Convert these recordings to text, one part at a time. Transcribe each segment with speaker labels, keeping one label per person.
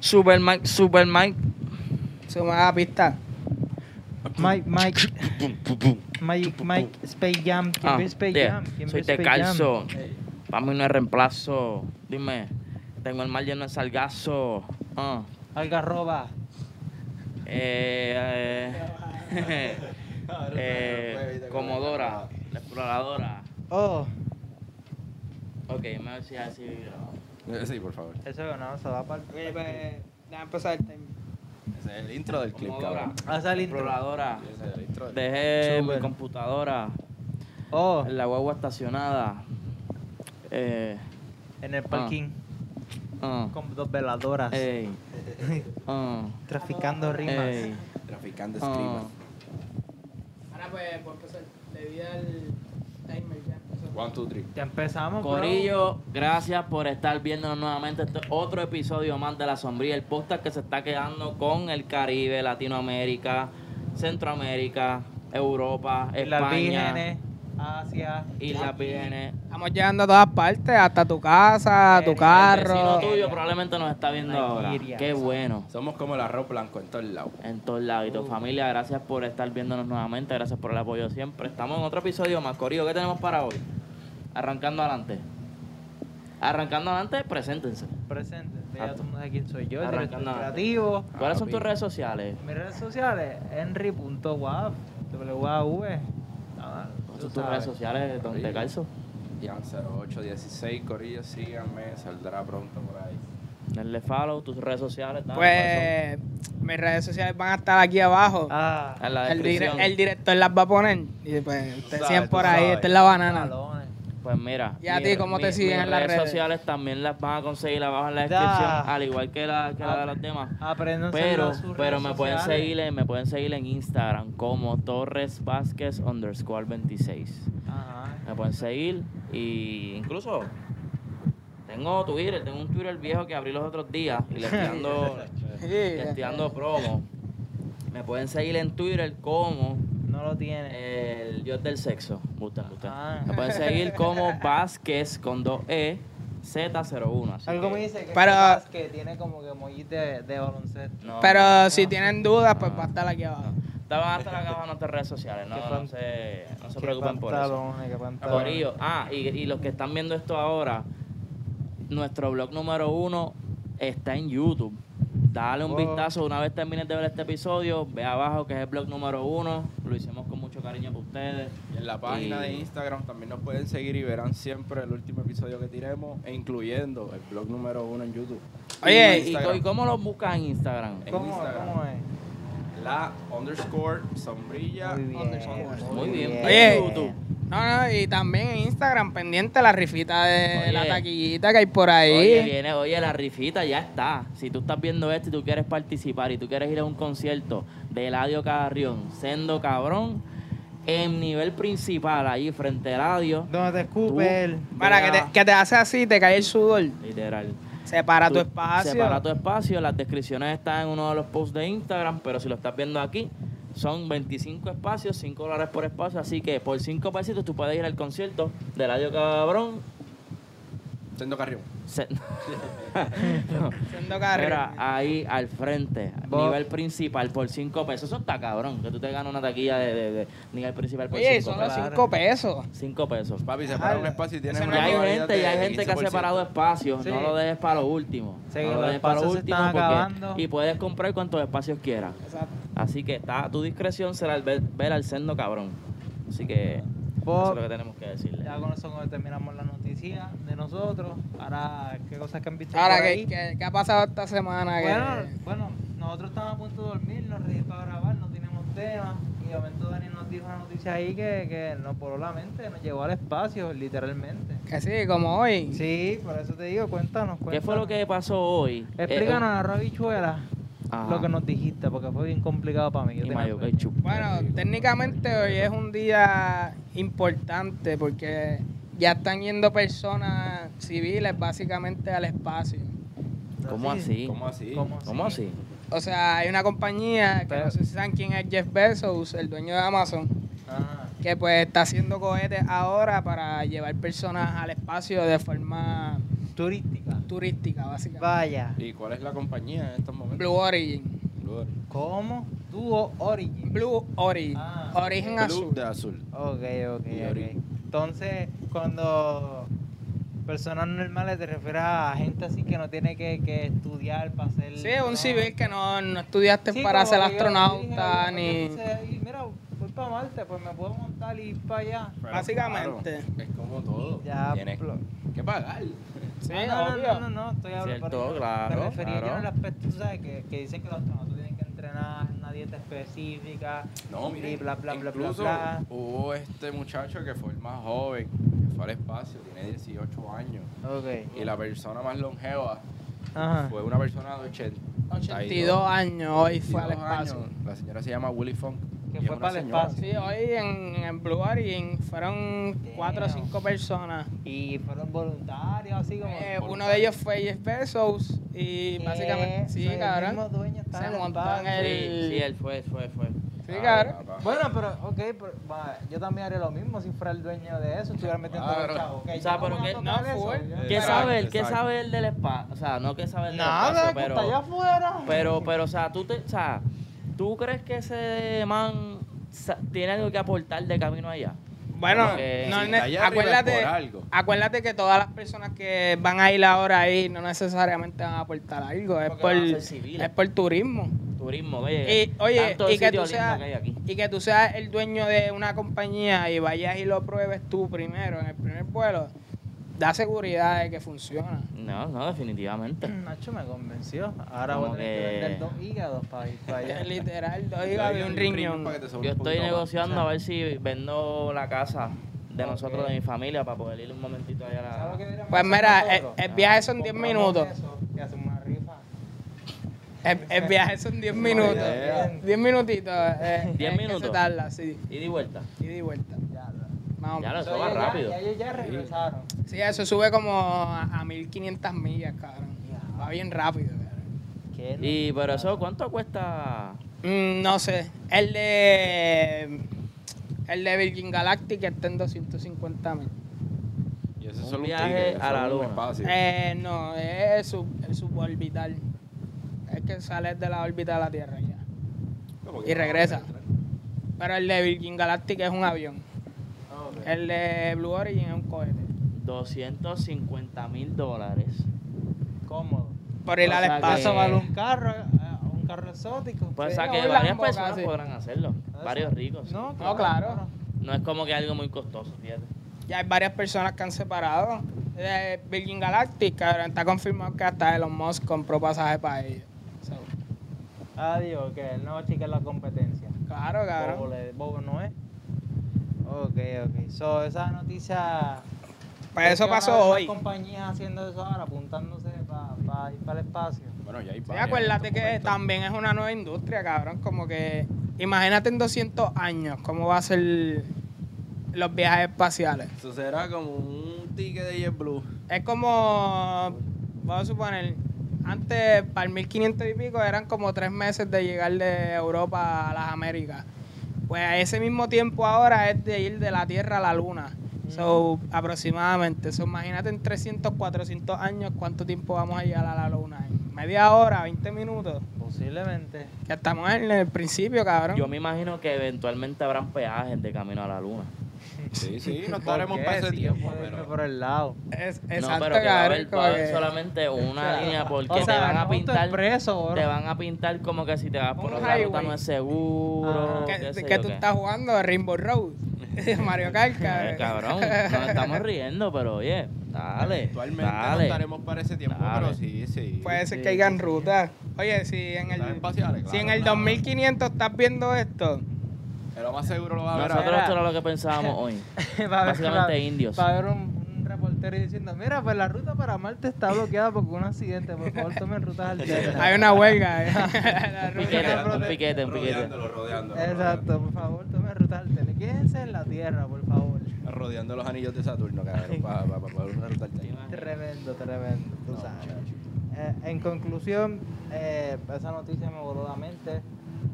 Speaker 1: Super Mike, Super Mike.
Speaker 2: Suma la pista.
Speaker 3: Mike, Mike,
Speaker 1: Pum, pum, pum.
Speaker 3: Mike, Mike, Space Jam. ¿Quién
Speaker 1: Ah,
Speaker 3: ve Space
Speaker 1: yeah.
Speaker 3: Jam? ¿Quién
Speaker 1: Soy
Speaker 3: ve
Speaker 1: de
Speaker 3: Space Jam?
Speaker 1: calzo. Para mí no es reemplazo. Dime, tengo el mal lleno de salgazo. Ah,
Speaker 3: Algarroba.
Speaker 1: eh, eh, eh, comodora, la exploradora.
Speaker 3: Oh,
Speaker 1: Ok, me voy a decir así.
Speaker 4: Eh, Sí, por favor.
Speaker 3: eso no, se va para
Speaker 2: Oye, pues, déjame empezar el timer.
Speaker 4: Ese es el intro del clip,
Speaker 1: Comodora,
Speaker 4: cabrón.
Speaker 3: Haz el intro.
Speaker 1: exploradora.
Speaker 4: Ese es el intro del-
Speaker 1: Dejé mi
Speaker 3: Súper.
Speaker 1: computadora
Speaker 3: Oh,
Speaker 1: en la guagua estacionada. Eh,
Speaker 3: en el parking.
Speaker 1: ah, Eh.
Speaker 3: Con dos veladoras.
Speaker 1: ey, ah,
Speaker 3: Traficando rimas.
Speaker 1: ey,
Speaker 4: Traficando
Speaker 1: ah.
Speaker 4: streamers.
Speaker 2: Ahora pues, por empezar, le di al timer ya. empezó.
Speaker 4: One, two, three.
Speaker 3: Ya empezamos, bro.
Speaker 1: Corillo, gracias por estar viéndonos nuevamente. Este es otro episodio más de La Sombría, el podcast que se está quedando con el Caribe, Latinoamérica, Centroamérica, Europa,
Speaker 3: Islas
Speaker 1: España
Speaker 3: Vírgenes, Asia.
Speaker 1: y las vírgenes.
Speaker 2: Estamos llegando a todas partes, hasta tu casa, a tu
Speaker 3: El
Speaker 1: El vecino
Speaker 2: carro.
Speaker 1: tuyo probablemente nos está viendo ahora.
Speaker 3: Nigeria.
Speaker 1: Qué bueno.
Speaker 4: Somos como el arroz blanco en todos lados.
Speaker 1: En todos lados. Y tu familia, gracias por estar viéndonos nuevamente. Gracias por el apoyo siempre. Estamos en otro episodio más. Corillo, ¿qué tenemos para hoy? Arrancando adelante. Arrancando adelante, preséntense.
Speaker 3: Presente.
Speaker 1: Ah.
Speaker 3: Mira, todo el mundo quién soy yo, el director
Speaker 1: Arrancando.
Speaker 3: creativo.
Speaker 1: ¿Cuáles son
Speaker 4: Papi.
Speaker 1: tus redes sociales?
Speaker 3: Mis redes sociales, henry.wav, wwav. Ah,
Speaker 1: ¿Cuáles
Speaker 3: tú
Speaker 1: son tus redes
Speaker 3: sabes.
Speaker 1: sociales donde
Speaker 4: Corillo.
Speaker 1: calzo?
Speaker 4: Jan 0816, Corillo, síganme, saldrá pronto por ahí.
Speaker 1: Denle follow, tus redes sociales. tal, ¿cuáles
Speaker 2: Pues, mis redes sociales van a estar aquí abajo.
Speaker 3: Ah,
Speaker 1: son? En la
Speaker 2: el, dire-
Speaker 1: descripción.
Speaker 2: el director las va a poner. Y pues, ustedes
Speaker 4: sabes,
Speaker 2: siguen por
Speaker 4: tú
Speaker 2: ahí,
Speaker 4: sabes.
Speaker 2: esta es la banana.
Speaker 3: pantalones.
Speaker 1: Pues mira.
Speaker 2: ¿Y a
Speaker 1: mi-
Speaker 2: ti cómo te
Speaker 1: mi-
Speaker 2: siguen
Speaker 1: mis
Speaker 2: en las redes?
Speaker 1: sociales también las van a conseguir abajo en la
Speaker 3: Da.
Speaker 1: descripción, al igual que la, que la de los demás.
Speaker 3: Aprendan
Speaker 1: Pero,
Speaker 3: a sus
Speaker 1: pero
Speaker 3: redes
Speaker 1: me pueden
Speaker 3: sociales.
Speaker 1: seguir, en- me pueden seguir en Instagram como Torres Vázquez underscore 26.
Speaker 3: Ajá.
Speaker 1: Me pueden seguir y incluso tengo Twitter, tengo un Twitter viejo que abrí los otros días y le estoy dando, le estoy dando promo. Me pueden seguir en Twitter como
Speaker 3: No lo
Speaker 1: Eh,
Speaker 3: tiene.
Speaker 1: el dios del sexo. Gusta, gusta.
Speaker 3: Ah.
Speaker 1: Me pueden seguir como Vázquez con 2 E Z01. así
Speaker 3: Algo
Speaker 1: que-
Speaker 3: me dice que,
Speaker 2: Pero-
Speaker 3: capaz que tiene como que emojis de, de baloncesto.
Speaker 1: No,
Speaker 2: Pero
Speaker 1: no,
Speaker 2: si
Speaker 1: no.
Speaker 2: tienen dudas, pues
Speaker 1: Ah.
Speaker 2: va a estar aquí abajo.
Speaker 1: Te van a estar acá abajo en nuestras redes sociales, no,
Speaker 3: Qué
Speaker 1: no
Speaker 3: fan-
Speaker 1: se, no se
Speaker 3: Qué
Speaker 1: preocupen por eso.
Speaker 3: pantalones, qué pantalones.
Speaker 1: Corillo, ah, y, y los que están viendo esto ahora, nuestro blog número uno está en YouTube. Dale un
Speaker 3: Wow.
Speaker 1: vistazo una vez termines de ver este episodio, ve abajo que es el blog número uno, lo hicimos con mucho cariño para ustedes.
Speaker 4: Y en la página
Speaker 1: Y-
Speaker 4: de Instagram también nos pueden seguir y verán siempre el último episodio que tiremos, e incluyendo el blog número uno en YouTube.
Speaker 2: Oye,
Speaker 4: en
Speaker 1: ¿y,
Speaker 4: Instagram,
Speaker 1: y cómo lo buscas en Instagram?
Speaker 4: En
Speaker 3: ¿Cómo,
Speaker 4: Instagram.
Speaker 3: cómo es?
Speaker 4: La underscore sombrilla.
Speaker 3: Muy bien.
Speaker 4: underscore.
Speaker 1: Muy bien.
Speaker 2: Oye.
Speaker 1: YouTube.
Speaker 2: No, no, y también en Instagram, pendiente la rifita de
Speaker 1: Oye.
Speaker 2: la taquillita que hay por ahí.
Speaker 1: Oye, viene, oye, la rifita ya está. Si tú estás viendo esto y tú quieres participar y tú quieres ir a un concierto de Eladio Carrión, Sendo Cabrón, en nivel principal, ahí frente a Eladio,
Speaker 3: Donde te escupe el...
Speaker 2: Para que
Speaker 1: vea-
Speaker 2: te, que te hace así, te cae el sudor.
Speaker 1: literal.
Speaker 2: Separa tu
Speaker 1: Tú-
Speaker 2: espacio.
Speaker 1: Separa tu espacio. Las descripciones están en uno de los posts de Instagram, pero si lo estás viendo aquí, son 25 espacios, 5 dólares por espacio. Así que por 5 pesitos tú puedes ir al concierto de Eladio Cabrón.
Speaker 4: Sendo Carrión.
Speaker 1: Se-
Speaker 2: Siendo
Speaker 1: Mira,
Speaker 2: carrera.
Speaker 1: ahí al frente,
Speaker 3: Bo-
Speaker 1: nivel principal por 5 pesos. Eso está cabrón, que tú te ganas una taquilla de, de- de nivel principal por 5
Speaker 2: Oye, son los
Speaker 1: pesos.
Speaker 3: claro.
Speaker 2: cinco pesos.
Speaker 1: 5 pesos.
Speaker 4: Papi, separa un espacio y tienes
Speaker 2: Eso no
Speaker 4: una
Speaker 1: Ya hay
Speaker 4: probabilidad
Speaker 1: gente, ya hay
Speaker 4: de
Speaker 1: gente que ha
Speaker 4: 15%.
Speaker 1: separado espacios.
Speaker 3: Sí.
Speaker 1: No lo dejes para lo último.
Speaker 3: Sí,
Speaker 1: no lo
Speaker 3: los
Speaker 1: dejes para lo
Speaker 3: espacios se
Speaker 1: último.
Speaker 3: están
Speaker 1: porque-
Speaker 3: acabando.
Speaker 1: y puedes comprar cuantos espacios quieras.
Speaker 2: Exacto.
Speaker 1: Así que está a tu discreción será el ver, ver al sendo cabrón. Así que
Speaker 3: Bo-
Speaker 1: eso es lo que tenemos que decirle.
Speaker 3: Ya con eso terminamos la noticia de nosotros. Ahora, ¿qué cosas que han visto
Speaker 2: Ahora,
Speaker 3: por
Speaker 2: ¿qué,
Speaker 3: ahí?
Speaker 2: qué, qué ha pasado esta semana? Que-
Speaker 3: Bueno, bueno, nosotros estábamos a punto de dormir, nos reímos para grabar, no teníamos tema. Y de momento Dani nos dijo una noticia ahí que, que nos voló la mente, nos llevó al espacio, literalmente.
Speaker 2: que sí, como hoy.
Speaker 3: Sí, por eso te digo, cuéntanos, cuéntanos.
Speaker 1: ¿Qué fue lo que pasó hoy? Eh,
Speaker 3: Explícanos a la rabichuela
Speaker 1: Ajá.
Speaker 3: lo que nos dijiste, porque fue bien complicado para mí.
Speaker 1: eh,
Speaker 3: yo
Speaker 1: y
Speaker 3: tenía
Speaker 1: mayo
Speaker 3: sueño.
Speaker 1: ketchup.
Speaker 2: Bueno, técnicamente hoy es un día importante porque ya están yendo personas civiles básicamente al espacio.
Speaker 1: ¿Cómo así?
Speaker 4: ¿Cómo así?
Speaker 3: ¿Cómo
Speaker 1: ¿Cómo así?
Speaker 2: O sea, hay una compañía que no sé si saben quién es Jeff Bezos, el dueño de Amazon,
Speaker 3: Ah,
Speaker 2: que pues está haciendo cohetes ahora para llevar personas al espacio de forma
Speaker 3: turística.
Speaker 2: turística, básicamente.
Speaker 3: Vaya.
Speaker 4: ¿Y cuál es la compañía en estos momentos?
Speaker 2: Blue Origin.
Speaker 4: Blue Origin.
Speaker 3: ¿Cómo? Duo Origin.
Speaker 2: Blue Origin.
Speaker 3: Ah.
Speaker 2: Origen
Speaker 4: Blue
Speaker 2: azul.
Speaker 4: de azul.
Speaker 3: Ok, ok,
Speaker 4: Y
Speaker 3: ok.
Speaker 4: Origin.
Speaker 3: Entonces, cuando personas normales te refieres a gente así que no tiene que, que estudiar para ser...
Speaker 2: Sí, un
Speaker 3: no.
Speaker 2: civil que no, no estudiaste
Speaker 3: ah. Sí,
Speaker 2: para
Speaker 3: como
Speaker 2: ser
Speaker 3: que yo
Speaker 2: astronauta
Speaker 3: dije,
Speaker 2: ni.
Speaker 3: entonces, y Mira, voy para Marte, pues me puedo montar y ir para allá.
Speaker 4: Pero,
Speaker 2: Básicamente.
Speaker 4: claro, es como todo.
Speaker 3: Ya,
Speaker 4: Tienes
Speaker 3: plo-
Speaker 4: que pagar.
Speaker 2: Sí,
Speaker 3: Ah, no,
Speaker 2: obvio.
Speaker 3: no, no, no, no, estoy hablando
Speaker 1: Cierto,
Speaker 3: pero
Speaker 1: claro,
Speaker 3: Me refería yo
Speaker 1: claro.
Speaker 3: en el aspecto, tú sabes, que, que dicen que los astronautas tienen que entrenar en una dieta específica.
Speaker 4: No, mira.
Speaker 3: Y bla, bla, bla, bla,
Speaker 4: incluso
Speaker 3: bla.
Speaker 4: hubo este muchacho que fue el más joven, que fue al espacio, tiene 18 años.
Speaker 3: Ok.
Speaker 4: Y la persona más longeva
Speaker 3: Ajá.
Speaker 4: fue una persona de 82,
Speaker 2: 82 años hoy fue al
Speaker 4: 82 años.
Speaker 2: espacio.
Speaker 4: La señora se llama Willy Funk.
Speaker 3: Que
Speaker 4: y es
Speaker 3: fue
Speaker 4: una
Speaker 3: para el
Speaker 4: señora.
Speaker 3: espacio.
Speaker 2: Sí, hoy en, en Blue Origin fueron cuatro o
Speaker 3: Damn.
Speaker 2: cinco personas.
Speaker 3: Y fueron voluntarios, así como.
Speaker 2: Eh, uno de ellos fue Jeff Bezos y
Speaker 3: ¿Qué?
Speaker 2: básicamente. Sí,
Speaker 3: O sea, el mismo
Speaker 2: cabrón.
Speaker 3: dueño está
Speaker 2: Se
Speaker 3: en el
Speaker 2: montó
Speaker 3: espacio.
Speaker 2: en el-
Speaker 1: Sí, sí, él fue, fue, fue.
Speaker 2: Sí,
Speaker 4: Ah,
Speaker 2: cabrón.
Speaker 4: papá.
Speaker 3: Bueno, pero, ok, pero, va, yo también haría lo mismo si fuera el dueño de eso, estuviera metiendo
Speaker 4: Claro.
Speaker 3: los chavos.
Speaker 1: O sea, pero que-
Speaker 2: no,
Speaker 3: Eh,
Speaker 2: full.
Speaker 1: ¿Qué
Speaker 4: Exacto,
Speaker 1: sabe él? ¿Qué
Speaker 4: exacto.
Speaker 1: sabe él del espacio? O sea, no que sabe él del
Speaker 3: Nada,
Speaker 1: espacio,
Speaker 3: que está allá
Speaker 1: pero,
Speaker 3: afuera.
Speaker 1: pero, pero, o sea, tú te, o sea, ¿tú crees que ese man sa- tiene algo que aportar de camino allá?
Speaker 2: Bueno,
Speaker 1: Porque
Speaker 2: no
Speaker 4: si está
Speaker 2: ne-
Speaker 4: Eh, allá arriba es
Speaker 2: acuérdate,
Speaker 4: por algo.
Speaker 2: acuérdate que todas las personas que van a ir ahora ahí no necesariamente van a aportar algo, es
Speaker 1: Porque
Speaker 2: por,
Speaker 1: van a ser civiles.
Speaker 2: es por turismo.
Speaker 1: Turismo, oye.
Speaker 2: Y, oye,
Speaker 1: tanto
Speaker 2: y que,
Speaker 1: sitio
Speaker 2: tú
Speaker 1: lindo
Speaker 2: seas,
Speaker 1: que hay aquí.
Speaker 2: y que tú seas el dueño de una compañía y vayas y lo pruebes tú primero, en el primer vuelo, da seguridad de que funciona.
Speaker 1: No, no, definitivamente.
Speaker 3: Nacho me convenció. Ahora
Speaker 1: Como
Speaker 3: voy a tener que
Speaker 1: que-
Speaker 3: vender dos hígados para ir para allá.
Speaker 2: Literal, dos
Speaker 4: Dale
Speaker 2: hígados y un riñón.
Speaker 4: para que te sobre
Speaker 1: Yo
Speaker 4: un
Speaker 1: estoy
Speaker 4: poquito más.
Speaker 1: negociando a ver si vendo la casa de nosotros,
Speaker 3: Ok.
Speaker 1: de mi familia, para poder ir un momentito allá a la-
Speaker 3: ¿Sabes lo que deberíamos
Speaker 2: Pues
Speaker 3: hacer
Speaker 2: mira,
Speaker 3: nosotros?
Speaker 2: el- el viaje son 10
Speaker 3: Compramos
Speaker 2: minutos.
Speaker 3: eso Y hacemos una rifa.
Speaker 2: El, el viaje son 10
Speaker 4: No,
Speaker 2: minutos.
Speaker 4: idea.
Speaker 2: 10 minutitos. eh,
Speaker 1: ¿Diez
Speaker 2: es que se
Speaker 1: minutos?
Speaker 2: tarda, sí.
Speaker 1: Ida Y de vuelta.
Speaker 2: Ida Y de vuelta.
Speaker 3: Ya, lo-
Speaker 2: Más o
Speaker 1: Ya
Speaker 2: menos.
Speaker 1: Eso va
Speaker 3: ellos
Speaker 1: rápido.
Speaker 3: Ya, ellos ya regresaron.
Speaker 2: pues. Sí, eso sube como a, a 1500 millas, cabrón.
Speaker 3: Ya.
Speaker 2: Va bien rápido, cabrón.
Speaker 3: Qué
Speaker 1: Y pero
Speaker 3: locura.
Speaker 1: eso, ¿cuánto cuesta?
Speaker 2: Mm, no sé. El de. El de Virgin Galactic está en 250 mil.
Speaker 4: Y eso es
Speaker 1: Un
Speaker 4: solo un
Speaker 1: viaje
Speaker 4: ticket,
Speaker 1: a
Speaker 4: eso
Speaker 1: la
Speaker 4: es un
Speaker 1: luna.
Speaker 4: espacio.
Speaker 2: Eh, no, es sub, el suborbital. Es que sales de la órbita de la Tierra ya.
Speaker 4: Como
Speaker 2: y
Speaker 4: no,
Speaker 2: regresa.
Speaker 4: no, no,
Speaker 2: Pero el de Virgin Galactic es un avión.
Speaker 3: Ok.
Speaker 2: El de Blue Origin es un cohete.
Speaker 1: 250 mil dólares.
Speaker 3: Cómodo.
Speaker 2: Por ir
Speaker 1: O
Speaker 2: al
Speaker 1: sea
Speaker 2: espacio.
Speaker 1: que-
Speaker 3: Vale un carro, eh, un carro exótico.
Speaker 1: Pues
Speaker 2: Sí,
Speaker 1: o sea
Speaker 2: o
Speaker 1: que
Speaker 2: un
Speaker 1: varias
Speaker 2: Lambo
Speaker 1: personas
Speaker 2: casi.
Speaker 1: podrán hacerlo.
Speaker 3: Eso.
Speaker 1: Varios ricos. No.
Speaker 2: Ah, No, claro.
Speaker 1: es como que algo muy costoso, fíjate.
Speaker 2: Ya hay varias personas que han separado. Eh, Virgin Galactic, cabrón, está confirmado que hasta Elon Musk compró pasaje para ellos. So,
Speaker 3: Adiós, que él no chica la competencia.
Speaker 2: claro,
Speaker 3: Bobo,
Speaker 2: cabrón.
Speaker 3: le- bobo no es. Ok, ok. So, esa noticia.
Speaker 2: Pues
Speaker 3: es
Speaker 2: eso
Speaker 3: que van a
Speaker 2: pasó
Speaker 3: haber más
Speaker 2: hoy.
Speaker 3: compañías haciendo eso ahora, apuntándose para ir para el espacio.
Speaker 4: Bueno, ya hay
Speaker 2: Sí,
Speaker 4: varias en
Speaker 2: acuérdate
Speaker 4: estos
Speaker 2: que
Speaker 4: momentos.
Speaker 2: también es una nueva industria, cabrón. Como que imagínate en 200 años cómo va a ser los viajes espaciales.
Speaker 4: Eso será como un ticket de JetBlue.
Speaker 2: Es como, vamos a suponer, antes para el 1500 y pico eran como tres meses de llegar de Europa a las Américas. Pues a ese mismo tiempo ahora es de ir de la Tierra a la Luna. So, aproximadamente. So, imagínate en 300, 400 años cuánto tiempo vamos a llegar a la Luna. ¿En media hora, 20 minutos.
Speaker 3: Posiblemente.
Speaker 2: Que estamos en el principio, cabrón.
Speaker 1: Yo me imagino que eventualmente habrán peajes de camino a la luna.
Speaker 4: Sí, sí, no
Speaker 3: ¿Por
Speaker 4: estaremos
Speaker 3: qué?
Speaker 4: para ese
Speaker 3: Si yo
Speaker 4: tiempo,
Speaker 3: puedo irme
Speaker 4: pero
Speaker 3: por el lado.
Speaker 2: Es,
Speaker 1: no,
Speaker 2: exacto,
Speaker 1: pero que va a haber,
Speaker 2: cabrón,
Speaker 1: va a
Speaker 2: como
Speaker 1: haber
Speaker 2: que-
Speaker 1: solamente una
Speaker 3: O sea,
Speaker 1: línea porque
Speaker 3: o sea,
Speaker 1: te van a
Speaker 3: no te
Speaker 1: pintar.
Speaker 3: expreso, bro.
Speaker 1: te van a pintar como que si te vas por
Speaker 2: Un
Speaker 1: otra ruta
Speaker 2: highway.
Speaker 1: no es seguro.
Speaker 3: Ah.
Speaker 1: qué
Speaker 2: que,
Speaker 1: sé
Speaker 2: que
Speaker 1: yo
Speaker 2: tú
Speaker 1: qué.
Speaker 2: estás jugando a Rainbow Road. Mario Kart,
Speaker 1: Eh, cabrón,
Speaker 2: cabrón.
Speaker 1: nos estamos riendo, pero oye, dale.
Speaker 4: actualmente no
Speaker 1: dale.
Speaker 4: estaremos para ese tiempo,
Speaker 1: Dale.
Speaker 4: pero sí, sí.
Speaker 2: Puede ser
Speaker 1: sí,
Speaker 2: que hayan rutas. Oye, si en el,
Speaker 4: Las espaciales,
Speaker 2: si en
Speaker 4: claro,
Speaker 2: el
Speaker 4: claro.
Speaker 2: 2500 estás viendo esto,
Speaker 4: Pero más seguro lo va a ver
Speaker 1: Nosotros
Speaker 3: mira.
Speaker 1: esto era lo que pensábamos hoy.
Speaker 3: Va a haber-
Speaker 1: Básicamente
Speaker 3: va-
Speaker 1: indios.
Speaker 3: Va a haber un, un reportero diciendo, mira, pues la ruta para Marte está bloqueada por un accidente, por favor tomen rutas alternas.
Speaker 2: hay una huelga. eh. La
Speaker 1: Un
Speaker 2: ruta.
Speaker 1: piquete, un piquete, un piquete.
Speaker 4: Rodeándolo, rodeándolo.
Speaker 3: Exacto, por favor tomen rutas alternas. Quédense en la Tierra, por favor.
Speaker 4: rodeando- Rodeando los anillos de Saturno, cabrón, para pa, pa, pa, una ruta alterna.
Speaker 3: Tremendo, tremendo, tú
Speaker 4: No,
Speaker 3: sabes.
Speaker 4: muchacho.
Speaker 3: Eh, en conclusión, eh, esa noticia me voló la mente.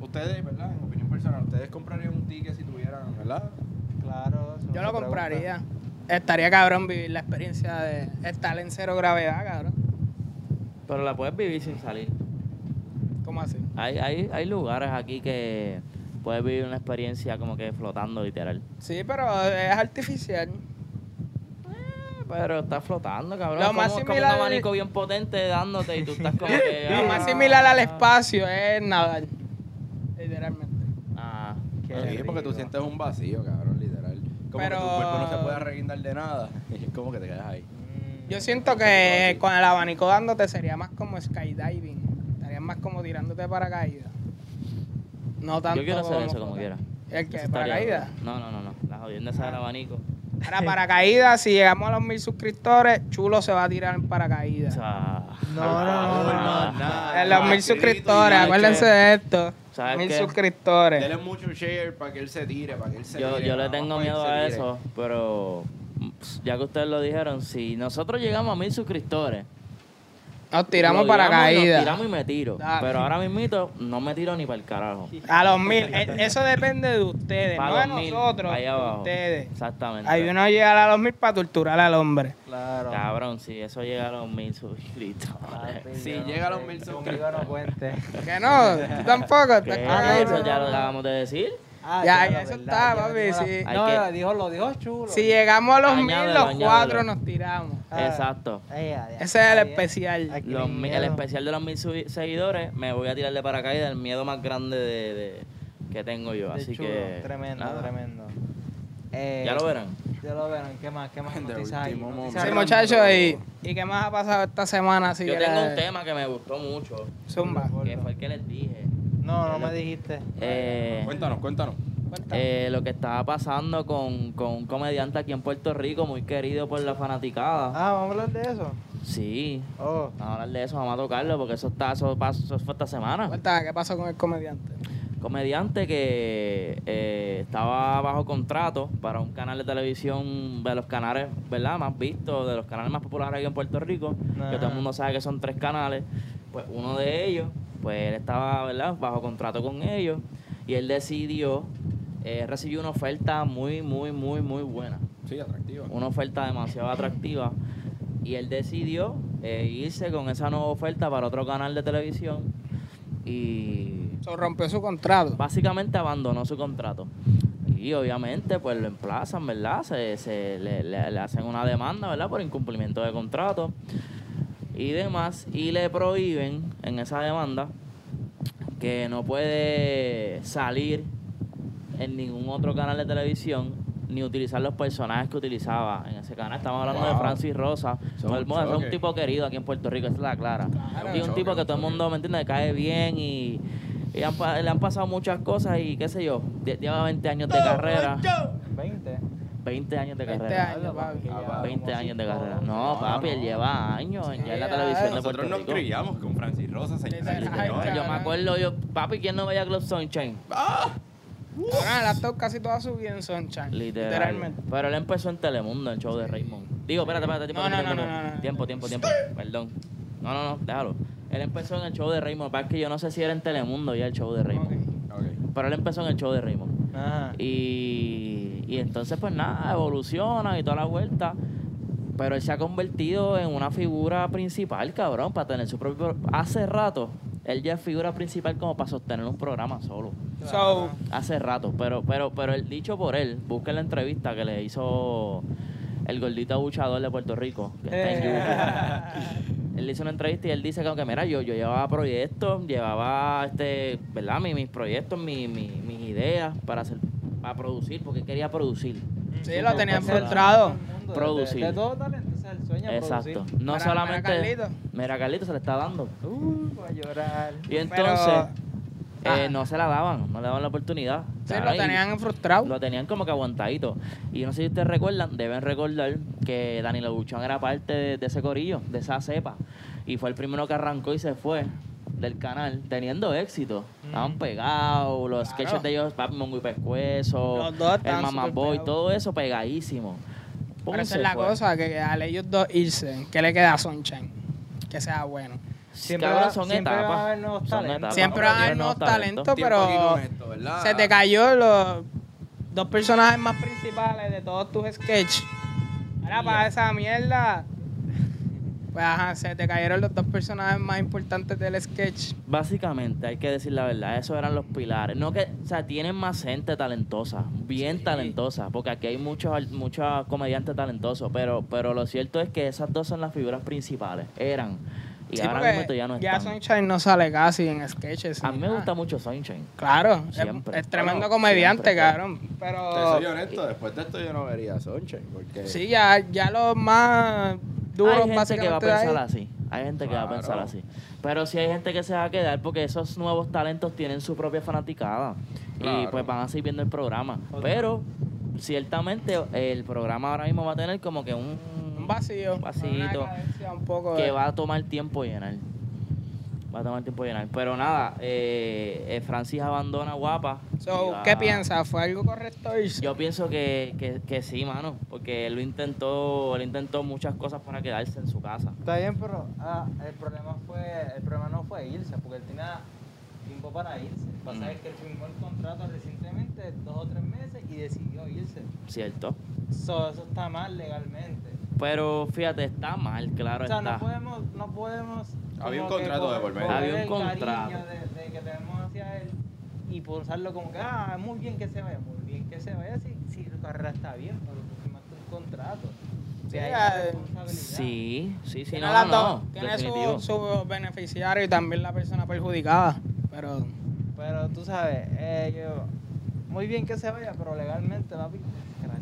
Speaker 4: Ustedes, ¿verdad? En opinión personal, ¿ustedes comprarían un ticket si tuvieran, verdad?
Speaker 3: Claro. eso no se
Speaker 2: Yo lo
Speaker 3: pregunta.
Speaker 2: compraría. Estaría cabrón vivir la experiencia de estar en cero gravedad, cabrón.
Speaker 1: Pero la puedes vivir sin salir.
Speaker 2: ¿Cómo así?
Speaker 1: Hay, hay, hay lugares aquí que puedes vivir una experiencia como que flotando, literal.
Speaker 2: Sí, pero es artificial.
Speaker 1: Eh, Pero estás flotando, cabrón.
Speaker 2: Lo
Speaker 1: Es como-
Speaker 2: más
Speaker 1: es como,
Speaker 2: similar-
Speaker 1: un abanico bien potente dándote y tú estás como que.
Speaker 2: Lo más
Speaker 1: ah,
Speaker 2: similar al espacio es nadar. Literalmente.
Speaker 1: Ah.
Speaker 3: Qué
Speaker 4: Sí, porque tú
Speaker 3: rico.
Speaker 4: sientes un vacío, cabrón, literal. Como
Speaker 2: Pero-
Speaker 4: que tu cuerpo no se puede arreguindar de nada. Es como que te quedas ahí.
Speaker 3: Mm.
Speaker 2: Yo siento que con el abanico dándote sería más como skydiving. Estarías más como tirándote de paracaídas. No tanto
Speaker 1: Yo quiero hacer eso como quiera.
Speaker 2: flotar. ¿El
Speaker 1: Eso
Speaker 2: que
Speaker 1: estaría
Speaker 2: ¿Paracaídas?
Speaker 1: duro. No, no, no, no. La jodienda esa del abanico.
Speaker 2: Para paracaídas, si llegamos a los mil suscriptores, Chulo se va a tirar en
Speaker 1: O
Speaker 2: paracaídas.
Speaker 1: sea,
Speaker 3: No, no, no, no, no.
Speaker 4: Ah, pues, nada.
Speaker 2: En los mil suscriptores, acuérdense de esto.
Speaker 1: ¿Sabes
Speaker 2: Mil
Speaker 1: qué?
Speaker 2: suscriptores.
Speaker 4: Dele mucho share para que él se tire, para que él se
Speaker 1: yo,
Speaker 4: tire.
Speaker 1: yo le
Speaker 4: vamos,
Speaker 1: tengo
Speaker 4: para que él
Speaker 1: miedo
Speaker 4: se
Speaker 1: a
Speaker 4: tire.
Speaker 1: eso, pero mm, ps, ya que ustedes lo dijeron, si nosotros llegamos a mil suscriptores,
Speaker 2: Nos
Speaker 1: lo digamos
Speaker 2: tiramos
Speaker 1: y nos
Speaker 2: paracaídas.
Speaker 1: tiramos y me tiro.
Speaker 3: Ah,
Speaker 2: Dale.
Speaker 1: Pero ahora mismito no me tiro ni para el carajo.
Speaker 2: A los mil. E- Eso depende de ustedes,
Speaker 1: Pa'
Speaker 2: no de
Speaker 1: 2000,
Speaker 2: nosotros.
Speaker 1: allá
Speaker 2: de
Speaker 1: abajo.
Speaker 2: ustedes.
Speaker 1: Exactamente.
Speaker 2: Hay uno llegar a los mil para torturar al hombre.
Speaker 3: Claro.
Speaker 1: Cabrón, si eso llega a los mil suscriptores.
Speaker 3: Papi,
Speaker 4: Si
Speaker 3: yo no
Speaker 4: llega a los
Speaker 3: sé,
Speaker 4: mil
Speaker 3: Conmigo no cuente.
Speaker 2: Que no, tú tampoco.
Speaker 1: ¿Qué?
Speaker 2: estás cagado.
Speaker 1: Eso ya lo acabamos de decir.
Speaker 3: Ah,
Speaker 2: Ya,
Speaker 3: claro,
Speaker 2: ya, eso
Speaker 3: verdad,
Speaker 2: está,
Speaker 3: ya
Speaker 2: papi,
Speaker 3: dijo la-
Speaker 1: sí.
Speaker 3: No,
Speaker 1: Hay que-
Speaker 3: dijo, lo dijo chulo.
Speaker 2: Si llegamos a los
Speaker 1: Añádelo,
Speaker 2: mil, los
Speaker 1: añádelo.
Speaker 2: cuatro nos tiramos.
Speaker 3: Ah.
Speaker 1: Exacto.
Speaker 3: Ay, ay, ay,
Speaker 2: Ese es
Speaker 3: está
Speaker 2: el
Speaker 3: bien.
Speaker 2: especial.
Speaker 3: Ay, qué
Speaker 1: Los mi- el
Speaker 3: miedo.
Speaker 1: especial de los mil sui- seguidores, me voy a tirar de paracaídas, el miedo más grande de, de- que tengo yo.
Speaker 3: De
Speaker 1: Así
Speaker 3: chulo,
Speaker 1: que.
Speaker 3: Tremendo,
Speaker 1: nada,
Speaker 3: tremendo. Eh,
Speaker 1: Ya lo verán.
Speaker 3: Ya lo verán. ¿Qué más? ¿Qué más
Speaker 4: De
Speaker 3: noticias hay?
Speaker 4: último
Speaker 3: Noticias
Speaker 4: momento.
Speaker 2: Sí,
Speaker 4: Cerrando.
Speaker 3: random.
Speaker 2: muchachos, y, ¿y qué más ha pasado esta semana? Así
Speaker 1: Yo
Speaker 2: que
Speaker 1: tengo
Speaker 2: la-
Speaker 1: un tema que me gustó mucho,
Speaker 2: Zumba.
Speaker 1: que fue el que les dije.
Speaker 3: No, no me dijiste.
Speaker 1: Eh,
Speaker 4: Cuéntanos, cuéntanos.
Speaker 1: eh, lo que estaba pasando con, con un comediante aquí en Puerto Rico, muy querido por la fanaticada.
Speaker 3: Ah, vamos a hablar de eso.
Speaker 1: Sí,
Speaker 3: Oh.
Speaker 1: vamos a hablar de eso, vamos a tocarlo, porque eso está, eso, pasó- eso fue esta semana.
Speaker 2: Cuéntame, ¿qué pasó con el comediante?
Speaker 1: comediante que eh, estaba bajo contrato para un canal de televisión de los canales ¿verdad? más vistos, de los canales más populares aquí en Puerto Rico,
Speaker 3: Ajá.
Speaker 1: que todo el mundo sabe que son tres canales, pues uno de ellos, pues él estaba ¿verdad? bajo contrato con ellos y él decidió, eh, recibió una oferta muy, muy, muy, muy buena
Speaker 4: Sí, atractivo.
Speaker 1: una oferta demasiado atractiva y él decidió eh, irse con esa nueva oferta para otro canal de televisión y
Speaker 2: So, rompió su contrato.
Speaker 1: básicamente abandonó su contrato. Y obviamente, pues lo emplazan, ¿verdad? Se, se- le, le- le hacen una demanda, ¿verdad? Por incumplimiento de contrato y demás. Y le prohíben en esa demanda que no puede salir en ningún otro canal de televisión ni utilizar los personajes que utilizaba en ese canal. Estamos hablando de
Speaker 4: Wow.
Speaker 1: Francis Rosa.
Speaker 4: Son
Speaker 1: Todo el mundo- es un
Speaker 4: choque.
Speaker 1: tipo querido aquí en Puerto Rico, esa es la clara.
Speaker 2: Claro.
Speaker 1: Y un tipo que todo el mundo, ¿me entiendes? Cae bien y, y han pa- le han pasado muchas cosas y qué sé yo. de- Lleva 20 años de carrera.
Speaker 3: 20.
Speaker 1: 20 años de
Speaker 2: 20
Speaker 1: carrera. Ah,
Speaker 2: años, papi.
Speaker 3: Que lleva
Speaker 1: 20
Speaker 3: como
Speaker 1: años de
Speaker 3: cinco.
Speaker 1: carrera. No,
Speaker 4: No,
Speaker 1: papi, él
Speaker 4: no.
Speaker 1: lleva años en- ya en la
Speaker 2: Sí,
Speaker 1: televisión de Puerto
Speaker 4: Nosotros nos
Speaker 1: Rico.
Speaker 4: criamos con Francis Rosa, señoras y
Speaker 2: Literal.
Speaker 1: Yo-
Speaker 4: señores.
Speaker 1: Yo me
Speaker 2: Caramba.
Speaker 1: acuerdo, yo, papi, ¿quién no veía Club Sunshine?
Speaker 2: Ahora la estado casi toda su vida en Sunshine.
Speaker 1: Literal.
Speaker 2: Literalmente.
Speaker 1: Pero él empezó en Telemundo, el show de Raymond. Digo, espérate, espérate, tiempo,
Speaker 2: No, no,
Speaker 1: tiempo,
Speaker 2: no,
Speaker 1: tiempo,
Speaker 2: no, no, no.
Speaker 1: tiempo, tiempo, tiempo. perdón. No, no, no, déjalo. Él empezó en el show de Raymond, pasa que yo no sé si era en Telemundo ya el show de Raymond.
Speaker 2: Ok.
Speaker 4: Ok.
Speaker 1: Pero él empezó en el show de Raymond.
Speaker 3: Ajá.
Speaker 1: Y, y entonces, pues nada, evoluciona y toda la vuelta. Pero él se ha convertido en una figura principal, cabrón, para tener su propio. Hace rato, él ya es figura principal como para sostener un programa solo.
Speaker 2: So,
Speaker 1: Hace rato, pero, pero, pero el dicho por él, busquen la entrevista que le hizo el gordito abuchador de Puerto Rico, que está en YouTube.
Speaker 2: Eh.
Speaker 1: Él le hizo una entrevista y él dice que, aunque, mira, yo, yo llevaba proyectos, llevaba este, ¿verdad? Mi- Mis, proyectos, mi- mi- mis ideas para hacer, para producir, porque quería producir.
Speaker 2: sí, lo
Speaker 1: Superprofesional.
Speaker 2: tenían filtrado.
Speaker 1: Producir.
Speaker 3: De, de todo talento, ese es el sueño.
Speaker 1: Exacto.
Speaker 3: Producir.
Speaker 1: No
Speaker 2: Mira,
Speaker 1: solamente.
Speaker 2: mira, Carlito.
Speaker 1: Mira, Carlito se le está dando.
Speaker 3: Uh, voy a llorar.
Speaker 1: Y
Speaker 2: Pero- ah.
Speaker 1: entonces, eh,
Speaker 2: Ajá.
Speaker 1: no se la daban, no le daban la oportunidad.
Speaker 2: Sí,
Speaker 1: Claro,
Speaker 2: lo
Speaker 1: y-
Speaker 2: tenían frustrado.
Speaker 1: Lo tenían como que aguantadito. Y no sé si ustedes recuerdan, deben recordar que Danilo Buchón era parte de, de ese corillo, de esa cepa. Y fue el primero que arrancó y se fue del canal teniendo éxito. Estaban
Speaker 3: Mm.
Speaker 1: pegados, los
Speaker 2: Claro.
Speaker 1: sketches de ellos, Papi Mongo y Pescuezo,
Speaker 2: Los dos
Speaker 1: el
Speaker 2: estaban
Speaker 1: Mamá
Speaker 2: súper
Speaker 1: Boy,
Speaker 2: pegados.
Speaker 1: todo eso pegadísimo. Pum,
Speaker 2: Pero esa
Speaker 1: se
Speaker 2: es la
Speaker 1: fue.
Speaker 2: cosa, que al ellos dos irse, ¿qué le queda a Sunshine? Que sea bueno.
Speaker 3: Siempre
Speaker 1: Cabrón,
Speaker 3: va-
Speaker 1: son
Speaker 3: siempre
Speaker 1: etapas.
Speaker 3: van a haber nuevos
Speaker 1: Son
Speaker 3: talentos.
Speaker 1: etapas.
Speaker 2: Siempre van a haber
Speaker 1: Tienen
Speaker 2: nuevos talentos,
Speaker 4: Tiempo
Speaker 2: pero-
Speaker 4: aquí con esto, ¿verdad?
Speaker 2: Se te cayó los dos personajes más principales de todos tus sketches. Era para esa mierda. Pues ajá, se te cayeron los dos personajes más importantes del sketch.
Speaker 1: Básicamente, hay que decir la verdad, esos eran los pilares. No que, o sea, tienen más gente talentosa, bien talentosa, porque aquí hay muchos, ar- muchos comediantes talentosos, pero, pero lo cierto es que esas dos son las figuras principales, eran. Y
Speaker 2: Sí,
Speaker 1: ahora
Speaker 2: porque
Speaker 1: mismo ya no
Speaker 2: ya
Speaker 1: están.
Speaker 2: Sunshine Ah. no sale casi en sketches.
Speaker 1: A
Speaker 2: ni
Speaker 1: mí me
Speaker 2: nada.
Speaker 1: gusta mucho Sunshine.
Speaker 2: Claro, es-
Speaker 1: Siempre.
Speaker 2: es, tremendo
Speaker 1: Bueno,
Speaker 2: comediante,
Speaker 1: siempre,
Speaker 2: cabrón. Pero.
Speaker 4: Te soy honesto, después de esto yo no vería Sunshine, porque...
Speaker 2: Sí, ya, ya los más
Speaker 1: hay
Speaker 2: duros
Speaker 1: gente que va a
Speaker 2: básicamente de ahí.
Speaker 1: pensar así. Hay gente que va a pensar
Speaker 4: Claro.
Speaker 1: así. Pero sí hay gente que se va a quedar porque esos nuevos talentos tienen su propia fanaticada. Y
Speaker 4: Claro.
Speaker 1: pues van a seguir viendo el programa. Pero ciertamente el programa ahora mismo va a tener como que un,
Speaker 2: Un vacío.
Speaker 1: un vacíito
Speaker 2: una carencia un poco
Speaker 1: que
Speaker 2: de-
Speaker 1: va a tomar tiempo llenar. Va a tomar tiempo llenar. Pero nada, eh, eh, Francis abandona guapa. y
Speaker 2: So,
Speaker 1: va-
Speaker 2: ¿Qué piensas? ¿Fue algo correcto irse?
Speaker 1: yo pienso que, que, que sí, mano, porque él lo intentó, él intentó muchas cosas para quedarse en su casa.
Speaker 3: Está bien, pero ah, el problema fue, el problema no fue irse, porque él tenía tiempo para irse. Pasa
Speaker 1: Mm.
Speaker 3: es que él firmó el contrato recientemente, dos o tres meses, y decidió irse.
Speaker 1: Cierto.
Speaker 3: So, eso está mal legalmente.
Speaker 1: Pero fíjate, está mal, claro
Speaker 3: o sea,
Speaker 1: está.
Speaker 3: no podemos, no podemos.
Speaker 4: Había un
Speaker 3: como que
Speaker 4: contrato de
Speaker 3: coger-
Speaker 4: por medio.
Speaker 3: coger
Speaker 1: Había un
Speaker 3: el cariño
Speaker 1: contrato.
Speaker 3: De, de que tenemos hacia él y pulsarlo como que, ah, muy bien que se vaya, muy bien que se vaya, si, si tu carrera está bien, pero tú firmaste un contrato.
Speaker 2: Sí,
Speaker 3: De ahí
Speaker 2: ya,
Speaker 3: la responsabilidad.
Speaker 1: Sí, sí, sí,
Speaker 2: Tiene
Speaker 1: no,
Speaker 2: las
Speaker 1: no,
Speaker 2: dos.
Speaker 1: no,
Speaker 2: Tiene
Speaker 1: definitivo.
Speaker 2: su, su beneficiario y también la persona perjudicada. Pero
Speaker 3: Pero tú sabes, eh, yo, muy bien que se vaya, pero legalmente, papi.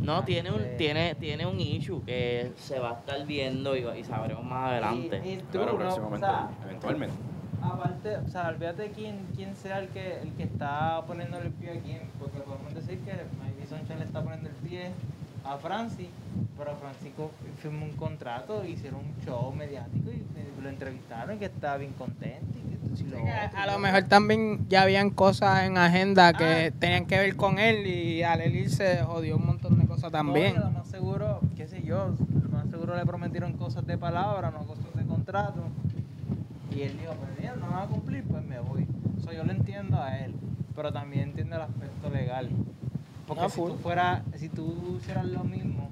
Speaker 1: No, tiene un,
Speaker 3: eh,
Speaker 2: Este
Speaker 1: tiene, tiene un issue que se va a estar viendo y, va- y sabremos más adelante.
Speaker 3: Y, y tú,
Speaker 4: Claro,
Speaker 3: no,
Speaker 4: próximamente,
Speaker 3: o sea,
Speaker 4: eventualmente.
Speaker 3: Aparte, o sea, olvídate quién, quién sea el que, el que está poniendo el pie a quién, porque podemos decir que Mike Sunshine le está poniendo el pie a Francis, pero Francisco firmó un contrato, hicieron un show mediático y lo entrevistaron y que estaba bien contento. Y que esto y lo otro.
Speaker 2: a lo mejor también ya habían cosas en agenda que
Speaker 3: Ah.
Speaker 2: tenían que ver con él y al él irse jodió un montón de cosas también.
Speaker 3: No, y lo más seguro, qué sé yo, lo más seguro le prometieron cosas de palabra, no cosas de contrato. Y él dijo, pero mira, no va a cumplir, pues me voy. Eso yo lo entiendo a él, pero también entiendo el aspecto legal. Porque
Speaker 2: Ah,
Speaker 3: si,
Speaker 2: full.
Speaker 3: tú fuera, si tú hicieras lo mismo,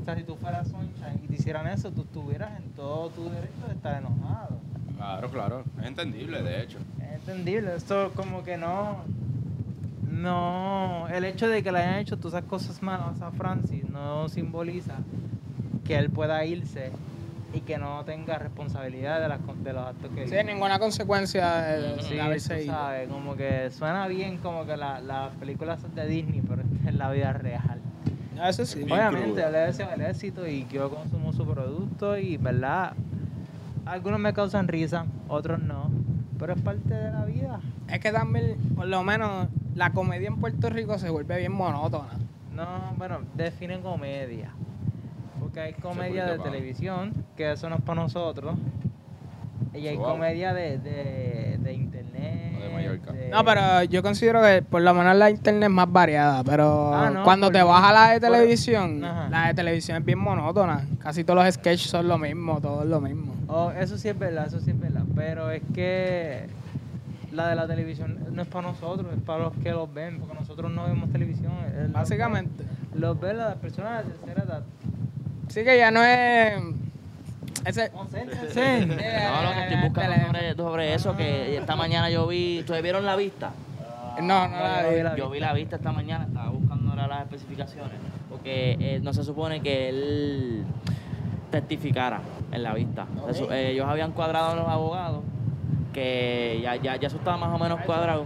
Speaker 3: o sea, si tú fueras Sunshine y te hicieran eso, tú estuvieras en todo tu derecho de estar enojado.
Speaker 4: Claro, claro. Es entendible, de hecho.
Speaker 3: Es entendible, esto como que no. No, el hecho de que le hayan hecho todas esas cosas malas a Francis no simboliza que él pueda irse y que no tenga responsabilidad de, las, con- de los actos que
Speaker 2: Sin ninguna consecuencia de, de
Speaker 3: Sí,
Speaker 2: haberse
Speaker 3: tú
Speaker 2: ido.
Speaker 3: sabes, como que suena bien como que la- las películas son de Disney, pero es la vida real.
Speaker 2: No, Eso sí.
Speaker 4: Bien
Speaker 3: Obviamente,
Speaker 4: crudo.
Speaker 3: le deseo el éxito y yo consumo su producto y, ¿verdad? Algunos me causan risa, otros no, pero es parte de la vida.
Speaker 2: Es que también, por lo menos, la comedia en Puerto Rico se vuelve bien monótona.
Speaker 3: No, bueno, definen comedia. Porque hay comedia
Speaker 4: poquito
Speaker 3: de
Speaker 4: pa' abajo.
Speaker 3: televisión, que eso no es para nosotros. Y hay
Speaker 4: Suave.
Speaker 3: comedia de, de, de internet.
Speaker 4: O de Mallorca.
Speaker 2: No, pero yo considero que por lo menos la internet es más variada, pero
Speaker 3: Ah, no,
Speaker 2: cuando
Speaker 3: por-
Speaker 2: te vas a la de
Speaker 3: por-
Speaker 2: televisión,
Speaker 3: Ajá.
Speaker 2: la de televisión es bien monótona. Casi todos los sketches son lo mismo, todo es lo mismo.
Speaker 3: Oh, eso sí es verdad, eso sí es verdad. Pero es que la de la televisión no es para nosotros, es para los que los ven, porque nosotros no vemos televisión. eh, los
Speaker 2: Básicamente.
Speaker 3: ven- Los ven las personas de tercera edad.
Speaker 2: Sí que ya no es... Ese,
Speaker 3: No sé, no sé.
Speaker 1: No, lo que
Speaker 2: este,
Speaker 1: estoy buscando sobre, sobre eso, que esta mañana yo vi, ¿ustedes vieron la vista?
Speaker 2: No,
Speaker 3: No,
Speaker 2: no, la
Speaker 3: yo
Speaker 2: vi.
Speaker 3: vi la
Speaker 1: yo vi la vista esta mañana, estaba buscando ahora las especificaciones, porque eh, no se supone que él testificara en la vista. Se su- eh, ellos habían cuadrado a los abogados, que ya, ya, ya eso estaba más o menos cuadrado.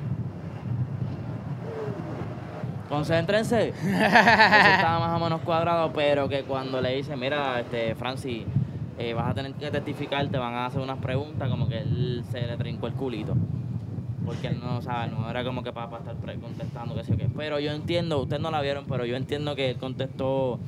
Speaker 1: Concéntrense. Eso estaba más o menos cuadrado, pero que cuando le dicen, mira, este, Francis, eh, vas a tener que testificar, te van a hacer unas preguntas, como que él se le trincó el culito. Porque él no, o sea, no era como que para, para estar pre- contestando, qué sé yo qué. Pero yo entiendo, ustedes no la vieron, pero yo entiendo que él contestó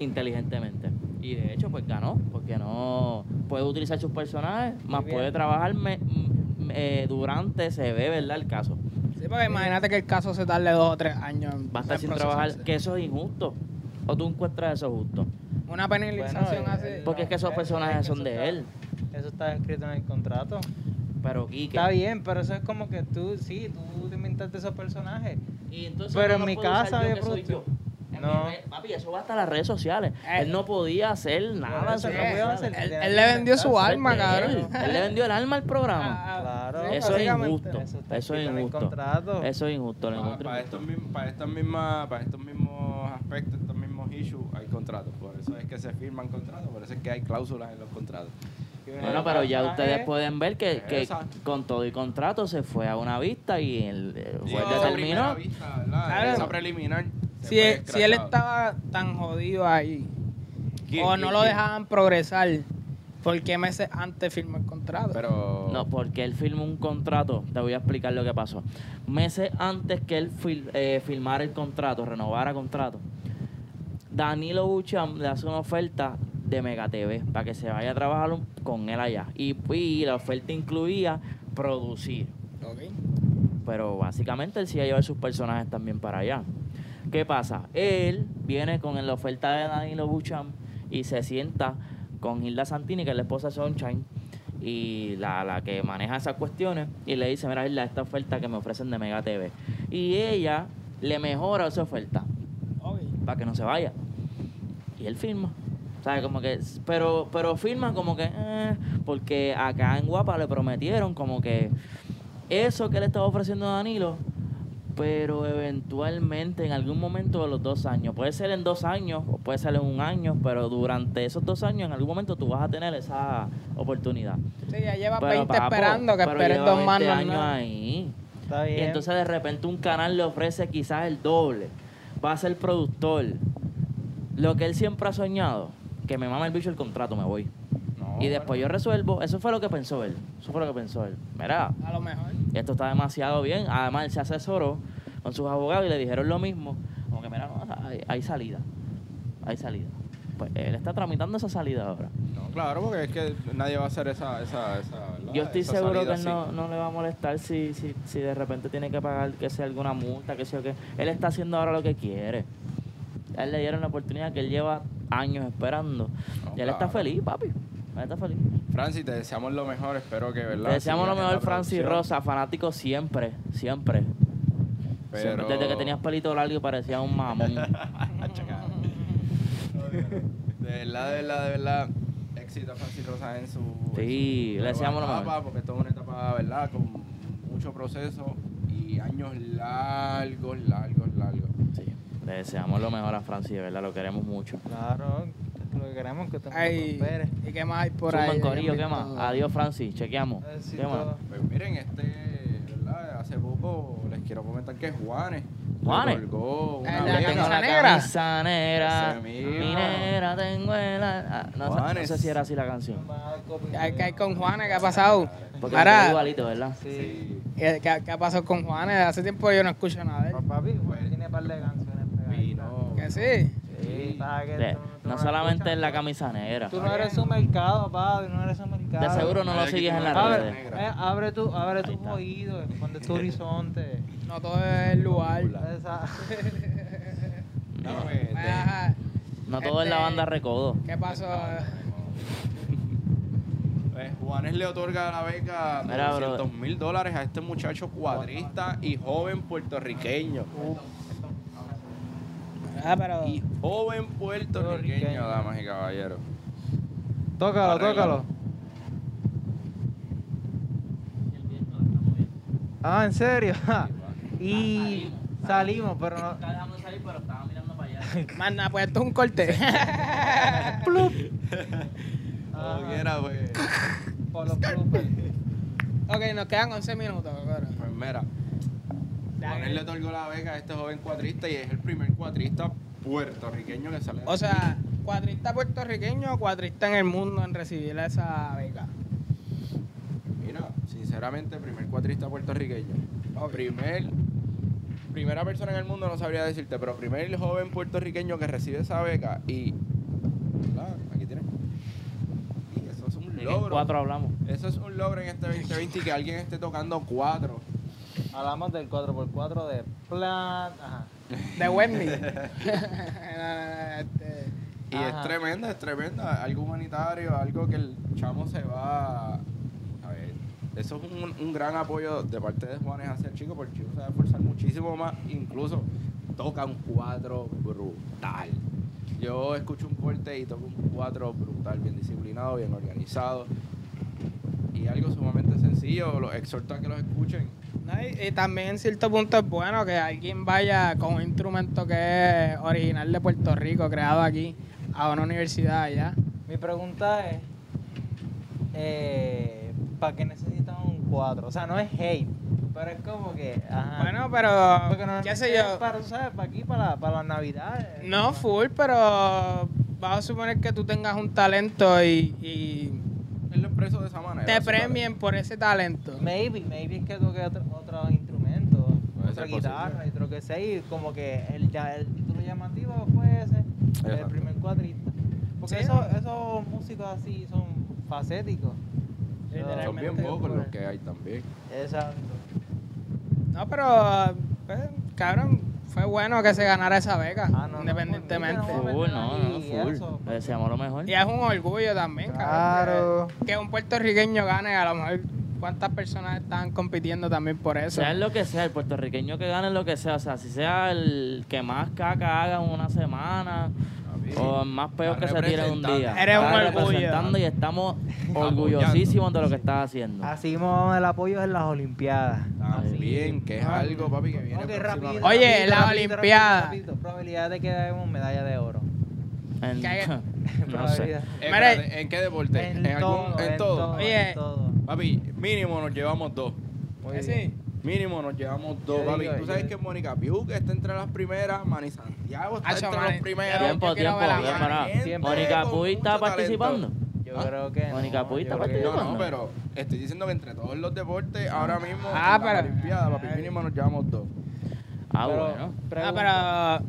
Speaker 1: inteligentemente. Y de hecho, pues ganó, porque no puede utilizar sus personajes, más
Speaker 3: bien.
Speaker 1: puede trabajar me- m- eh, durante, se ve, ¿verdad? El caso.
Speaker 2: Sí, porque imagínate que el caso se tarde dos o tres años. en-
Speaker 1: Va a estar
Speaker 2: en
Speaker 1: sin
Speaker 2: procesarse.
Speaker 1: trabajar, que eso es injusto. ¿O tú encuentras eso justo?
Speaker 2: Una penalización
Speaker 3: Bueno,
Speaker 2: así.
Speaker 3: el-
Speaker 1: Porque es que esos
Speaker 3: Eh,
Speaker 1: personajes
Speaker 3: es que
Speaker 1: son
Speaker 3: eso
Speaker 1: de
Speaker 3: está-
Speaker 1: él.
Speaker 3: Eso está escrito en el contrato.
Speaker 1: Pero Quique.
Speaker 3: Está bien, pero eso es como que tú, sí, tú te inventaste esos personajes.
Speaker 1: Y entonces
Speaker 3: Pero
Speaker 1: no
Speaker 3: en mi
Speaker 1: puedo usar
Speaker 3: casa
Speaker 1: yo
Speaker 3: de
Speaker 1: que soy
Speaker 3: pronto-
Speaker 1: yo. En en mis
Speaker 3: No.
Speaker 1: redes- Papi, eso va hasta las redes sociales.
Speaker 2: Eh.
Speaker 1: Él no podía hacer nada. en
Speaker 3: eso
Speaker 1: sus
Speaker 3: no
Speaker 1: redes
Speaker 3: podía
Speaker 1: sociales.
Speaker 3: hacer.
Speaker 2: Él, él le vendió su
Speaker 1: Eso es
Speaker 2: alma,
Speaker 1: de él.
Speaker 2: cabrón.
Speaker 1: Él le vendió el alma al
Speaker 3: Ah,
Speaker 1: programa.
Speaker 3: Claro.
Speaker 2: Sí,
Speaker 1: Eso es
Speaker 2: básicamente.
Speaker 1: injusto. Eso es
Speaker 3: está escrito en el
Speaker 1: injusto.
Speaker 3: contrato.
Speaker 1: Eso es injusto. lo
Speaker 4: Para,
Speaker 1: encuentro
Speaker 4: Ah, para
Speaker 1: injusto.
Speaker 4: estos, mismos- para, estas mismas- para estos mismos aspectos, estos mismos issues, hay contratos. Por eso es que se firman contratos, por eso es que hay cláusulas en los contratos.
Speaker 1: Bueno, pero ya
Speaker 3: eh.
Speaker 1: ustedes pueden ver que, que
Speaker 4: Exacto.
Speaker 1: con todo y contrato se fue a una vista y el eh,
Speaker 4: Y
Speaker 1: juez
Speaker 4: esa primera
Speaker 1: determinó.
Speaker 4: vista, ¿verdad?
Speaker 2: Claro.
Speaker 4: Esa preliminar. se
Speaker 2: Si,
Speaker 4: fue
Speaker 2: él- si él
Speaker 4: escrachado.
Speaker 2: estaba tan jodido ahí,
Speaker 4: ¿Quién-
Speaker 2: o
Speaker 4: quién-
Speaker 2: no lo
Speaker 4: quién?
Speaker 2: dejaban progresar, ¿por qué meses antes firmó el contrato?
Speaker 4: Pero.
Speaker 1: No, pues. porque él firmó un contrato. Te voy a explicar lo que pasó. Meses antes que él fil- eh, firmara el contrato, renovara contrato, Danilo Buchan le hace una oferta de Mega TV para que se vaya a trabajar un- con él allá. Y, y la oferta incluía producir.
Speaker 2: Ok.
Speaker 1: Pero básicamente él sí iba a llevar sus personajes también para allá. ¿Qué pasa? Él viene con la oferta de Danilo Buchan y se sienta con Hilda Santini, que es la esposa de Sunshine, y la, la que maneja esas cuestiones, y le dice, mira Hilda, esta oferta que me ofrecen de Mega TV. Y ella le mejora esa oferta
Speaker 2: Ok.
Speaker 1: para que no se vaya. Y él firma. ¿Sabes? Como que. Pero, pero firma como que. eh, porque acá en Guapa le prometieron como que. Eso que le estaba ofreciendo a Danilo. Pero eventualmente, en algún momento de los dos años, puede ser en dos años o puede ser en un año, pero durante esos dos años, en algún momento tú vas a tener esa oportunidad.
Speaker 2: Sí, ya lleva
Speaker 1: Pero,
Speaker 2: 20
Speaker 1: papo,
Speaker 2: esperando que
Speaker 1: pero
Speaker 2: esperen
Speaker 1: lleva
Speaker 2: dos más.
Speaker 1: 20
Speaker 2: no es
Speaker 1: años
Speaker 2: nada.
Speaker 1: ahí.
Speaker 3: Está bien.
Speaker 1: Y entonces de repente un canal le ofrece quizás el doble. Va a ser productor. Lo que él siempre ha soñado, que me mama el bicho el contrato, me voy.
Speaker 4: No,
Speaker 1: y después yo resuelvo. Eso fue lo que pensó él. Eso fue lo que pensó él. Mira,
Speaker 2: A lo mejor.
Speaker 1: esto está demasiado bien. Además, él se asesoró con sus abogados y le dijeron lo mismo. Como que, mira, no, hay, hay salida. Hay salida. Pues él está tramitando esa salida ahora.
Speaker 4: No, claro, porque es que nadie va a hacer esa. esa, esa ¿verdad?
Speaker 1: Yo estoy
Speaker 4: Esa
Speaker 1: seguro que
Speaker 4: salida
Speaker 1: él
Speaker 4: así.
Speaker 1: no, no le va a molestar si, si, si de repente tiene que pagar, que sea alguna multa, que sea que. Él está haciendo ahora lo que quiere. A él le dieron la oportunidad que él lleva años esperando.
Speaker 4: No,
Speaker 1: y él está
Speaker 4: claro.
Speaker 1: feliz, papi. Él está feliz.
Speaker 4: Francis, te deseamos lo mejor, espero que, ¿verdad?
Speaker 1: Le deseamos lo
Speaker 4: sigas en
Speaker 1: mejor,
Speaker 4: la
Speaker 1: Francis
Speaker 4: producción,
Speaker 1: Rosa, fanático siempre, siempre. Siempre.
Speaker 4: Pero...
Speaker 1: Desde que tenías pelito largo parecía un mamón.
Speaker 4: De verdad, de verdad, de verdad. Éxito a Francis Rosa en su.
Speaker 1: Sí,
Speaker 4: en su
Speaker 1: le deseamos lo
Speaker 4: nueva etapa,
Speaker 1: mejor.
Speaker 4: Porque esto es una etapa, ¿verdad? Con mucho proceso y años largos, largos, largos.
Speaker 1: Sí. Le deseamos lo mejor a Francis, de verdad, lo queremos mucho.
Speaker 3: Claro, lo que queremos es que usted no
Speaker 2: Ay,
Speaker 3: prospere.
Speaker 2: ¿Y qué más hay por
Speaker 1: Suman,
Speaker 2: ahí?
Speaker 1: corillo, ¿qué
Speaker 2: Dígame
Speaker 1: más?
Speaker 2: todo.
Speaker 1: Adiós, Francis, chequeamos.
Speaker 3: Así
Speaker 1: ¿Qué más?
Speaker 3: todo.
Speaker 4: Pues miren, este, ¿verdad? Hace poco les quiero comentar que Juanes.
Speaker 1: Juanes.
Speaker 4: colgó una
Speaker 2: Ah,
Speaker 1: Yo
Speaker 2: la
Speaker 4: vega.
Speaker 1: tengo
Speaker 2: camisa
Speaker 1: la
Speaker 2: negra.
Speaker 1: camisa negra.
Speaker 4: Ese mismo.
Speaker 1: Minera, tengo el. ah, No, sé- no sé si era así la canción.
Speaker 2: Ay, ¿Qué hay con Juanes? ¿Qué ha pasado?
Speaker 1: Porque
Speaker 2: Ahora,
Speaker 1: es igualito, ¿verdad?
Speaker 3: Sí.
Speaker 4: Sí.
Speaker 2: ¿qué, qué- qué ha pasado con Juanes? Hace tiempo yo no escucho nada de él.
Speaker 3: Papi, Juan tiene par de canciones pegaditas.
Speaker 4: Vino.
Speaker 2: Que sí.
Speaker 3: Sí, sabes que
Speaker 1: De-
Speaker 3: tú- tú
Speaker 1: no
Speaker 3: las
Speaker 1: solamente
Speaker 3: escuchas,
Speaker 1: es la
Speaker 3: tú-
Speaker 1: camisa negra.
Speaker 3: Tú no eres su mercado, papi, no eres su mercado.
Speaker 1: De seguro no lo
Speaker 4: Nadie
Speaker 1: sigues
Speaker 4: quiere
Speaker 1: en las
Speaker 4: una
Speaker 1: redes.
Speaker 4: negra.
Speaker 3: Eh, abre tu, abre tus
Speaker 1: está.
Speaker 3: oídos, expande tu horizonte.
Speaker 2: No todo es el lugar.
Speaker 3: Esa-
Speaker 4: No, pues, de-
Speaker 2: Ajá.
Speaker 1: No todo es la
Speaker 2: Este-
Speaker 1: banda recodo.
Speaker 2: Ah, ¿Qué pasó?
Speaker 4: pues, Juanes le otorga la beca de
Speaker 1: Mira, bro.
Speaker 4: 200 mil dólares a este muchacho cuadrista y joven puertorriqueño.
Speaker 2: Ah, pero...
Speaker 4: Y joven puertorriqueño,
Speaker 3: Puertorriqueño.
Speaker 4: damas y caballeros.
Speaker 3: Tócalo,
Speaker 4: Arréglalo.
Speaker 3: tócalo. Ah, ¿en serio? y salimos, pero no.
Speaker 2: Más nada, pues esto es un corte.
Speaker 3: Ah.
Speaker 4: Como quiera, pues.
Speaker 3: Por los bloopers.
Speaker 2: ok, nos quedan 11 minutos. cabrón.
Speaker 4: Pues mira, Juanes le otorgó la beca a este joven cuadrista y es el primer cuadrista puertorriqueño que sale de
Speaker 2: O sea, cuadrista puertorriqueño o cuadrista en el mundo en recibir esa beca.
Speaker 4: Mira, sinceramente, primer cuatrista puertorriqueño. Primer, primera persona en el mundo, no sabría decirte, pero primer joven puertorriqueño que recibe esa beca y... ¿verdad? Aquí tienes. Y eso es un
Speaker 1: De que en
Speaker 4: logro.
Speaker 1: cuatro hablamos.
Speaker 4: Eso es un logro en este 2020 y que alguien esté tocando cuatro.
Speaker 3: Hablamos del 4x4 de plan. Ajá.
Speaker 2: De Wendy. No, no, no, este,
Speaker 4: Y
Speaker 3: Ajá.
Speaker 4: es tremenda, es tremenda. Algo humanitario, algo que el chamo se va... A ver, eso es un, un gran apoyo de parte de Juanes hacia el chico, porque el chico se va a esforzar muchísimo más, incluso toca un cuatro brutal. Yo escucho un corte y toco un cuatro brutal, bien disciplinado, bien organizado. Y algo sumamente sencillo, los exhorto a que los escuchen.
Speaker 2: No, y, y también en cierto punto es bueno que alguien vaya con un instrumento que es original de Puerto Rico, creado aquí, a una universidad allá.
Speaker 3: Mi pregunta es, eh, ¿para qué necesitan un 4? O sea, no es hate, pero es como que... Ajá.
Speaker 2: Bueno,
Speaker 3: Porque
Speaker 2: pero,
Speaker 3: no-
Speaker 2: qué sé
Speaker 3: es
Speaker 2: yo,
Speaker 3: Para, ¿sabes? para aquí, para, para las navidades.
Speaker 2: no full, pero vamos a suponer que tú tengas un talento y, y
Speaker 4: Él lo expreso de esa manera.
Speaker 2: te
Speaker 4: su
Speaker 2: premien por ese talento.
Speaker 3: Maybe, maybe es que toque otro, otro instrumento,
Speaker 4: Puede
Speaker 3: otra
Speaker 4: ser posible.
Speaker 3: guitarra y otro que sea, y como que el, ya el título llamativo fue ese, el
Speaker 4: Exacto.
Speaker 3: primer cuadrista. Porque
Speaker 2: Sí.
Speaker 3: esos, esos músicos así son facéticos.
Speaker 4: talento. Son bien
Speaker 3: Literalmente,
Speaker 4: pocos los
Speaker 3: pues,
Speaker 4: que hay también.
Speaker 3: Exacto.
Speaker 2: No, pero, pues, cabrón, fue bueno que se ganara esa beca,
Speaker 3: Ah, no, no,
Speaker 2: independientemente.
Speaker 3: pues, mira,
Speaker 1: Full, no, no,
Speaker 3: Y eso,
Speaker 1: full.
Speaker 3: pues.
Speaker 1: Deseamos lo mejor.
Speaker 2: Y es un orgullo también,
Speaker 3: Claro.
Speaker 2: cabrón. que- Que un puertorriqueño gane, a lo mejor cuántas personas están compitiendo también por eso. Ah,
Speaker 1: Sea lo que sea, el puertorriqueño que gane lo que sea, o sea, si sea el que más caca haga en una semana o el más peor que se tire en un día.
Speaker 2: Eres un
Speaker 1: Estás
Speaker 2: orgullo.
Speaker 1: representando y estamos orgullosísimos de lo que estás haciendo.
Speaker 3: Así mismo el apoyo en las Olimpiadas.
Speaker 4: Bien, que es algo, papi, que viene
Speaker 3: Ok,
Speaker 4: próximamente.
Speaker 3: rápido, rápido,
Speaker 2: Oye, las
Speaker 3: rápido, rápido,
Speaker 2: Olimpiadas.
Speaker 3: rápido. Probabilidad de que demos medalla de oro.
Speaker 1: En-
Speaker 2: Que haya-
Speaker 1: no sé.
Speaker 3: Probabilidad.
Speaker 4: Eh,
Speaker 2: Mira,
Speaker 4: espérate, ¿En qué deporte?
Speaker 3: En,
Speaker 4: algún-
Speaker 3: todo,
Speaker 4: en
Speaker 3: en
Speaker 4: todo.
Speaker 3: todo.
Speaker 2: Oye.
Speaker 3: en todo.
Speaker 4: Papi, mínimo nos llevamos dos.
Speaker 3: Muy
Speaker 2: Eh,
Speaker 3: bien.
Speaker 2: sí.
Speaker 4: Mínimo nos llevamos dos,
Speaker 3: Yo
Speaker 4: papi.
Speaker 3: digo,
Speaker 4: Tú
Speaker 3: yo
Speaker 4: sabes que
Speaker 3: digo.
Speaker 4: Mónica Piuca está entre las primeras, Manny Santiago está
Speaker 2: Hacho,
Speaker 4: entre
Speaker 2: Manny-
Speaker 4: los primeros.
Speaker 1: Tiempo,
Speaker 2: Yo quiero
Speaker 1: tiempo,
Speaker 2: ver la
Speaker 1: bien
Speaker 2: mano.
Speaker 1: parado.
Speaker 4: Gente
Speaker 1: Mónica
Speaker 4: con
Speaker 1: Puy está
Speaker 4: mucho
Speaker 1: participando.
Speaker 3: Yo
Speaker 4: Ah.
Speaker 3: creo que.
Speaker 1: Mónica
Speaker 3: no,
Speaker 1: Puig
Speaker 3: yo
Speaker 1: está
Speaker 3: creo que-
Speaker 1: participando.
Speaker 4: No, no, pero estoy diciendo que entre todos los deportes, ahora mismo,
Speaker 2: Ah,
Speaker 4: en la
Speaker 2: pero-
Speaker 4: Olimpiada, papi, mínimo nos llevamos dos.
Speaker 1: Ah,
Speaker 3: Pero,
Speaker 1: bueno.
Speaker 3: pregunta,
Speaker 2: Ah, pero,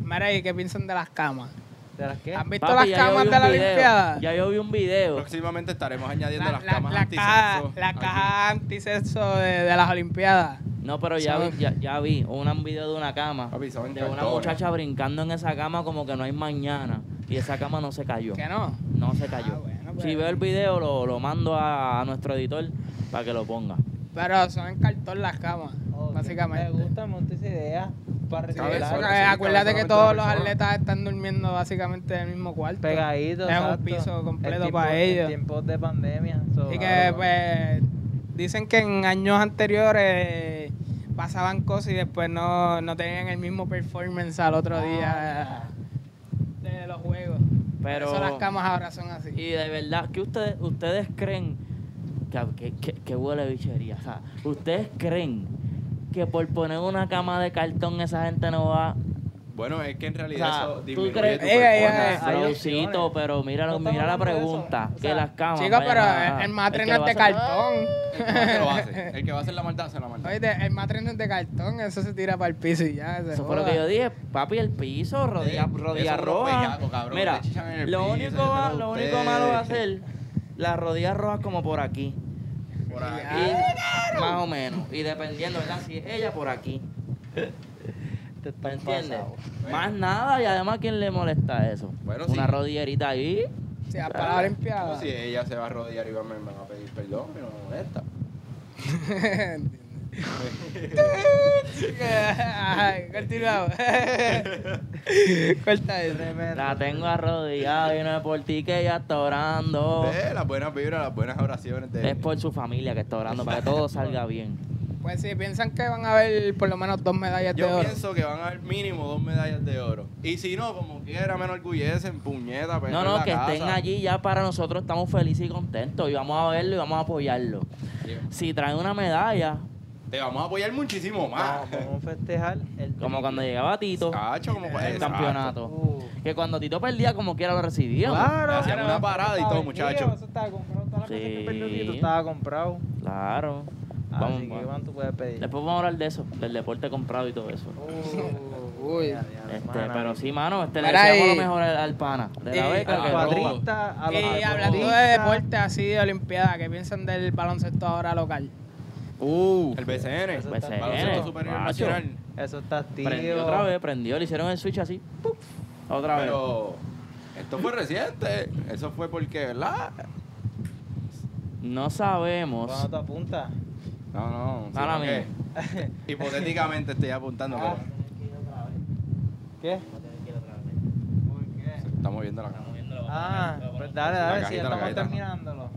Speaker 2: Ah, mira, ¿y qué piensan de las camas?
Speaker 3: ¿De las qué?
Speaker 2: ¿Han visto
Speaker 1: Papi,
Speaker 2: las
Speaker 1: ya yo
Speaker 2: camas
Speaker 1: vi
Speaker 2: de
Speaker 1: un
Speaker 2: la
Speaker 1: video.
Speaker 2: Olimpiada?
Speaker 1: Ya yo vi un video.
Speaker 4: Próximamente estaremos añadiendo
Speaker 2: La,
Speaker 4: las
Speaker 2: la-
Speaker 4: camas
Speaker 2: la caja,
Speaker 4: antisexo
Speaker 2: la
Speaker 4: aquí.
Speaker 2: caja antisexo de, de las Olimpiadas.
Speaker 1: No, pero ya
Speaker 2: ¿Sabes?
Speaker 1: vi, ya, ya vi una- un video de una cama.
Speaker 4: Papi, saben
Speaker 1: de una
Speaker 4: cartones.
Speaker 1: muchacha brincando en esa cama como que no hay mañana. Y esa cama no se cayó.
Speaker 2: ¿Que no?
Speaker 1: No se cayó.
Speaker 2: Ah, bueno,
Speaker 1: Si
Speaker 2: pues.
Speaker 1: veo el video, lo, lo mando a, a nuestro editor para que lo ponga.
Speaker 2: Pero son en cartón las camas,
Speaker 3: Ok. Me
Speaker 2: básicamente.
Speaker 3: gusta mucho esa idea para
Speaker 4: Sí,
Speaker 2: Porque
Speaker 4: Cabeza,
Speaker 3: regalar
Speaker 4: sí,
Speaker 2: acuérdate
Speaker 4: cabeza solamente
Speaker 2: que
Speaker 4: una
Speaker 2: todos los
Speaker 4: persona.
Speaker 2: atletas están durmiendo básicamente en el mismo cuarto.
Speaker 3: pegaditos.
Speaker 2: Es un
Speaker 3: exacto.
Speaker 2: piso completo
Speaker 3: En tiempo-
Speaker 2: para ellos.
Speaker 3: En tiempos de pandemia. so-
Speaker 2: Y que
Speaker 3: claro,
Speaker 2: pues dicen que en años anteriores pasaban cosas y después no, no tenían el mismo performance al otro
Speaker 1: Ah,
Speaker 2: día de los juegos.
Speaker 1: Pero-
Speaker 2: Por eso las camas ahora son así.
Speaker 1: Y de verdad, ¿qué ustedes, ustedes creen? Que, que, que- que huele bichería. O sea, ¿ustedes creen que por poner una cama de cartón esa gente no va
Speaker 4: Bueno, es que en
Speaker 1: O
Speaker 4: realidad
Speaker 1: sea,
Speaker 4: eso
Speaker 1: tú
Speaker 4: disminuye
Speaker 1: crees
Speaker 4: tu
Speaker 2: Ey, ey,
Speaker 4: performance.
Speaker 2: ey.
Speaker 3: Hay
Speaker 1: Flowcito,
Speaker 3: opciones.
Speaker 1: pero mira,
Speaker 3: No estamos
Speaker 1: mira la
Speaker 3: hablando de eso.
Speaker 1: pregunta,
Speaker 3: O
Speaker 1: que
Speaker 3: sea,
Speaker 1: las camas.
Speaker 2: Chicos,
Speaker 1: vayan
Speaker 2: pero
Speaker 1: a-
Speaker 2: el, el
Speaker 1: que lo
Speaker 2: matren no es
Speaker 1: hace-
Speaker 2: de cartón.
Speaker 4: El que lo hace, el que va a hacer la maldad hace la maldad.
Speaker 2: Oíste, el matren no es de cartón, eso se tira para el piso y ya. se
Speaker 1: Eso fue lo
Speaker 2: joda.
Speaker 1: que yo dije, papi, el piso, rodilla,
Speaker 4: ustedes
Speaker 1: rodilla
Speaker 4: son unos
Speaker 1: roja.
Speaker 4: bellacos, cabrón,
Speaker 1: Mira,
Speaker 4: le chichan en el
Speaker 1: lo
Speaker 4: piso,
Speaker 1: único,
Speaker 4: yo
Speaker 1: va-
Speaker 4: creo
Speaker 1: lo
Speaker 4: que
Speaker 1: único
Speaker 4: ustedes-
Speaker 1: malo va a ser las rodillas rojas como por aquí.
Speaker 4: Por ahí.
Speaker 1: Y- más o menos. Y dependiendo, ¿verdad? Si es ella por aquí.
Speaker 3: te
Speaker 1: ¿Me
Speaker 3: están
Speaker 1: entiendes?
Speaker 3: pasando.
Speaker 1: Más nada y además, ¿quién le molesta eso?
Speaker 4: Bueno,
Speaker 1: Una
Speaker 4: sí.
Speaker 1: rodillerita ahí.
Speaker 2: Si vas para la
Speaker 4: Pero
Speaker 2: Olimpiada.
Speaker 4: si ella se va a rodear y va- me me va a pedir perdón, y no me molesta.
Speaker 2: Ajá, Continuamos. Corta eso.
Speaker 3: Tremendo.
Speaker 1: La tengo arrodillada y no es por ti que ella está orando.
Speaker 4: Eh, las buenas vibras, las buenas oraciones de
Speaker 1: Es por su familia que está orando para que todo salga bien.
Speaker 2: Pues sí, piensan que van a haber por lo menos dos medallas de
Speaker 4: Yo
Speaker 2: oro.
Speaker 4: pienso que van a haber mínimo dos medallas de oro. Y si no, como quiera, me enorgullecen, puñeta,
Speaker 1: No,
Speaker 4: pero Pues en
Speaker 1: no,
Speaker 4: la
Speaker 1: que estén
Speaker 4: casa.
Speaker 1: allí ya para nosotros estamos felices y contentos y vamos a verlo y vamos a apoyarlo. Si traen una medalla,
Speaker 4: Te vamos a apoyar muchísimo más.
Speaker 2: pues,
Speaker 3: Vamos, vamos a festejar el.
Speaker 1: como cuando llegaba Tito
Speaker 4: Cacho, como
Speaker 1: en el
Speaker 4: Ah, exacto.
Speaker 1: campeonato,
Speaker 3: Uh,
Speaker 1: que cuando Tito perdía como quiera lo recibíamos.
Speaker 3: Claro,
Speaker 4: Hacían
Speaker 3: claro,
Speaker 4: una parada y
Speaker 3: eso
Speaker 4: todo,
Speaker 3: estaba
Speaker 4: muchachos.
Speaker 3: vendido, Eso estaba comprado. Todas las cosas
Speaker 1: Sí.
Speaker 3: que perdió Tito estaba comprado.
Speaker 1: Claro.
Speaker 4: Ah,
Speaker 1: Vamos,
Speaker 3: Así que,
Speaker 1: vamos.
Speaker 3: ¿cuánto puedes pedir?
Speaker 1: Después vamos a hablar de eso, del deporte comprado y todo eso.
Speaker 3: Uh,
Speaker 2: Uy.
Speaker 3: ya,
Speaker 1: Este,
Speaker 3: ya, hermana.
Speaker 1: pero sí, mano, este, le
Speaker 2: Mira
Speaker 1: deseamos lo
Speaker 2: ahí.
Speaker 1: mejor al, al pana de la
Speaker 2: Y-
Speaker 1: beca.
Speaker 4: Eh, al
Speaker 1: que
Speaker 4: cuadrito.
Speaker 1: roba.
Speaker 3: Eh, cuadrista, a los
Speaker 2: Y Eh, hablando de
Speaker 3: deportistas.
Speaker 2: deporte así de Olimpiada, ¿qué piensan del baloncesto ahora local?
Speaker 4: Uh, el BCN.
Speaker 3: Eso
Speaker 1: Pues,
Speaker 3: está-
Speaker 1: eh,
Speaker 4: Baloncesto Superior
Speaker 1: macho,
Speaker 4: Nacional.
Speaker 3: Eso está activo.
Speaker 1: Prendió otra vez, prendió, le hicieron el switch así, ¡puf! otra vez.
Speaker 4: Pero esto fue reciente. Eso fue porque, ¿verdad?
Speaker 1: No sabemos.
Speaker 3: Cuando te apuntas.
Speaker 4: No, no.
Speaker 1: Mala
Speaker 3: Ah,
Speaker 4: sino que Hipotéticamente estoy apuntando, pero
Speaker 3: ¿Qué? ¿Por qué?
Speaker 4: Estamos viendo la cámara.
Speaker 3: Ah, pues dale, dale, si
Speaker 4: cajita,
Speaker 3: ya
Speaker 4: la
Speaker 3: estamos
Speaker 4: cajita.
Speaker 3: terminándolo.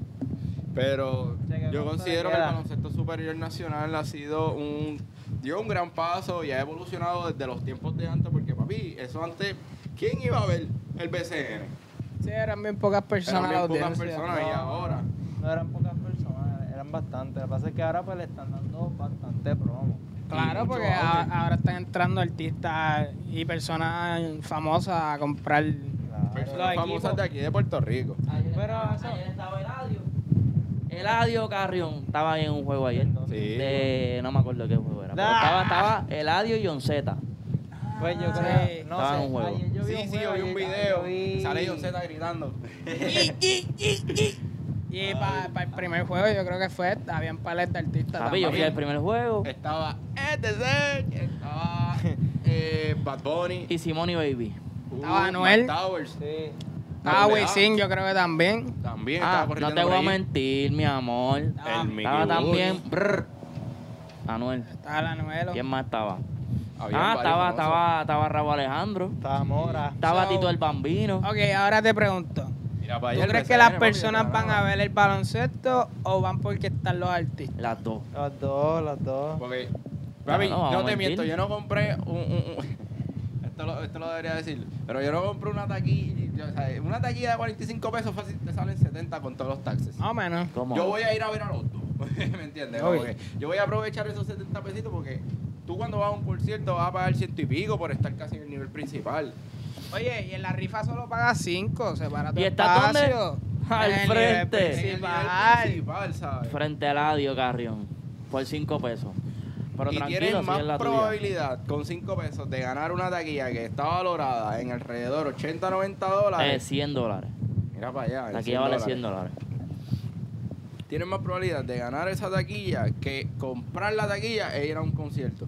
Speaker 4: Pero
Speaker 3: Checa cuánto le
Speaker 4: yo considero que el
Speaker 3: queda.
Speaker 4: baloncesto superior nacional ha sido un dio un gran paso y ha evolucionado desde los tiempos de antes porque papi, eso antes ¿quién iba a ver el BCN?
Speaker 2: Sí, eran bien pocas personas
Speaker 4: Eran bien
Speaker 2: la
Speaker 4: pocas
Speaker 2: audiencia.
Speaker 4: personas y
Speaker 3: No.
Speaker 4: ahora
Speaker 3: No eran pocas personas, eran bastantes. Lo que pasa es que ahora pues le están dando bastante promo.
Speaker 2: Claro,
Speaker 4: mucho
Speaker 2: porque
Speaker 4: auge.
Speaker 2: a- ahora están entrando artistas y personas famosas a comprar.
Speaker 3: Ah,
Speaker 4: personas
Speaker 2: Los
Speaker 4: famosas
Speaker 2: equipos.
Speaker 4: de aquí de Puerto Rico.
Speaker 1: Ayer,
Speaker 3: Pero
Speaker 1: estaba,
Speaker 3: eso-
Speaker 1: ayer estaba Eladio. Eladio Carrión estaba en un juego ayer.
Speaker 4: Sí.
Speaker 1: De, no me acuerdo qué juego era. pero
Speaker 3: Ah.
Speaker 1: Estaba, estaba Eladio y Onceta.
Speaker 3: Pues yo
Speaker 2: Ah,
Speaker 3: creo,
Speaker 2: sí.
Speaker 3: no
Speaker 1: Estaba en
Speaker 3: sé,
Speaker 1: un juego.
Speaker 3: ayer yo vi
Speaker 4: sí,
Speaker 3: un
Speaker 4: sí, yo
Speaker 3: juego,
Speaker 4: vi un
Speaker 3: ayer-
Speaker 4: video.
Speaker 3: yo vi-
Speaker 4: Sale John Z gritando.
Speaker 2: Y para el primer juego, yo creo que fue, habían palet de artistas.
Speaker 1: Papi, yo fui
Speaker 2: también.
Speaker 1: al primer juego.
Speaker 4: Estaba ETC, estaba eh, Bad Bunny, uh,
Speaker 1: Y Simone Baby.
Speaker 2: Estaba
Speaker 4: Matt
Speaker 2: Anuel.
Speaker 4: Towers.
Speaker 3: Sí.
Speaker 2: Ah,
Speaker 4: Doble A.
Speaker 2: Wisin, yo creo que también.
Speaker 4: También
Speaker 1: Ah,
Speaker 4: estaba corriendo
Speaker 1: no te
Speaker 4: por
Speaker 1: voy a
Speaker 4: ahí.
Speaker 1: mentir, mi amor.
Speaker 2: Ah,
Speaker 4: El Mickey
Speaker 1: Estaba también.
Speaker 4: Woods.
Speaker 1: brr, Anuel.
Speaker 2: Estaba la novela.
Speaker 1: ¿Quién más estaba?
Speaker 4: Habían
Speaker 1: ah,
Speaker 4: varios
Speaker 1: estaba,
Speaker 4: famosos.
Speaker 1: estaba, estaba Raúl Alejandro.
Speaker 3: Estaba mora.
Speaker 1: Estaba
Speaker 2: So-
Speaker 1: Tito el Bambino.
Speaker 2: Ok, ahora te pregunto.
Speaker 4: Mira, para
Speaker 2: ¿Tú
Speaker 4: allá el
Speaker 2: crees que
Speaker 4: BCN,
Speaker 2: las
Speaker 4: papi,
Speaker 2: personas
Speaker 4: te
Speaker 2: van a
Speaker 4: ganaba.
Speaker 2: ver el baloncesto o van porque están los artistas?
Speaker 1: Las dos.
Speaker 3: Los dos, los dos.
Speaker 4: Porque, papi,
Speaker 1: No, no,
Speaker 4: no,
Speaker 1: vamos a
Speaker 4: te
Speaker 1: mentir.
Speaker 4: miento, yo no compré un... un- un- esto, lo, esto lo debería decir. Pero yo no compré una taquilla. o sea, una taquilla de 45 pesos fácil te salen 70 con todos los taxes.
Speaker 2: Más o menos.
Speaker 1: ¿Cómo?
Speaker 4: Yo voy a ir a ver a los dos. ¿Me entiendes?
Speaker 2: Ok.
Speaker 4: Como que Yo voy a aprovechar esos 70 pesitos porque tú cuando vas a un concierto vas a pagar ciento y pico por estar casi en el nivel principal.
Speaker 2: Oye, y en la rifa solo pagas 5, se para tu
Speaker 1: ¿Y estás dónde?
Speaker 2: espacio.
Speaker 1: Al
Speaker 2: En el nivel
Speaker 1: frente.
Speaker 4: En el nivel
Speaker 2: principal.
Speaker 4: principal, ¿sabes?
Speaker 1: Frente a Eladio Carrión. Por 5 pesos. Pero
Speaker 4: y
Speaker 1: tranquilo,
Speaker 4: tienes
Speaker 1: si
Speaker 4: más
Speaker 1: es la tuya.
Speaker 4: probabilidad con 5 pesos de ganar una taquilla que está valorada en alrededor 80-90
Speaker 1: Eh,
Speaker 4: dólares.
Speaker 1: 100 dólares.
Speaker 4: Mira para allá. en
Speaker 1: La taquilla vale 100
Speaker 4: dólares.
Speaker 1: dólares.
Speaker 4: Tienes más probabilidad de ganar esa taquilla que comprar la taquilla e ir a un concierto.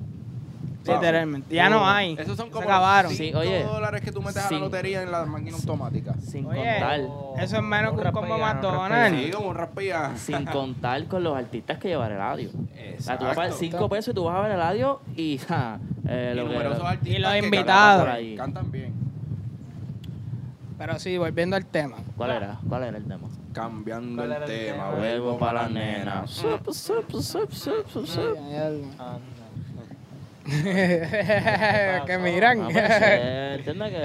Speaker 4: ¿Sabes?
Speaker 2: Literalmente. Ya no hay.
Speaker 4: Esos son
Speaker 2: Se
Speaker 4: como
Speaker 2: acabaron.
Speaker 4: los
Speaker 1: Sí,
Speaker 4: 5
Speaker 1: oye.
Speaker 4: dólares que tú metes a
Speaker 1: Sí.
Speaker 4: la lotería en la máquina automática.
Speaker 1: Sin
Speaker 2: Oye.
Speaker 1: contar.
Speaker 2: Eso es menos que un combo
Speaker 3: raspilla, no,
Speaker 2: McDonald's.
Speaker 3: raspilla.
Speaker 4: Sí, como un raspilla.
Speaker 1: Sin contar con los artistas que llevar Eladio. O sea, tú vas a pagar
Speaker 4: Exacto.
Speaker 1: 5 pesos y tú vas a ver Eladio y ja, eh,
Speaker 4: Y
Speaker 1: lo que-
Speaker 4: numerosos artistas
Speaker 2: Y los
Speaker 4: que cantan
Speaker 2: invitados.
Speaker 4: por ahí. Cantan bien.
Speaker 2: Pero sí, volviendo al tema.
Speaker 1: ¿Cuál era? ¿Cuál era el tema?
Speaker 4: Cambiando
Speaker 3: ¿Cuál
Speaker 4: el
Speaker 3: era el
Speaker 4: tema,
Speaker 3: tema?
Speaker 4: vuelvo para las nenas.
Speaker 1: Sup, sup, sup, sup, sup, sup.
Speaker 3: Anda.
Speaker 2: que miran.
Speaker 1: Ah, pues, eh, entiende
Speaker 4: Este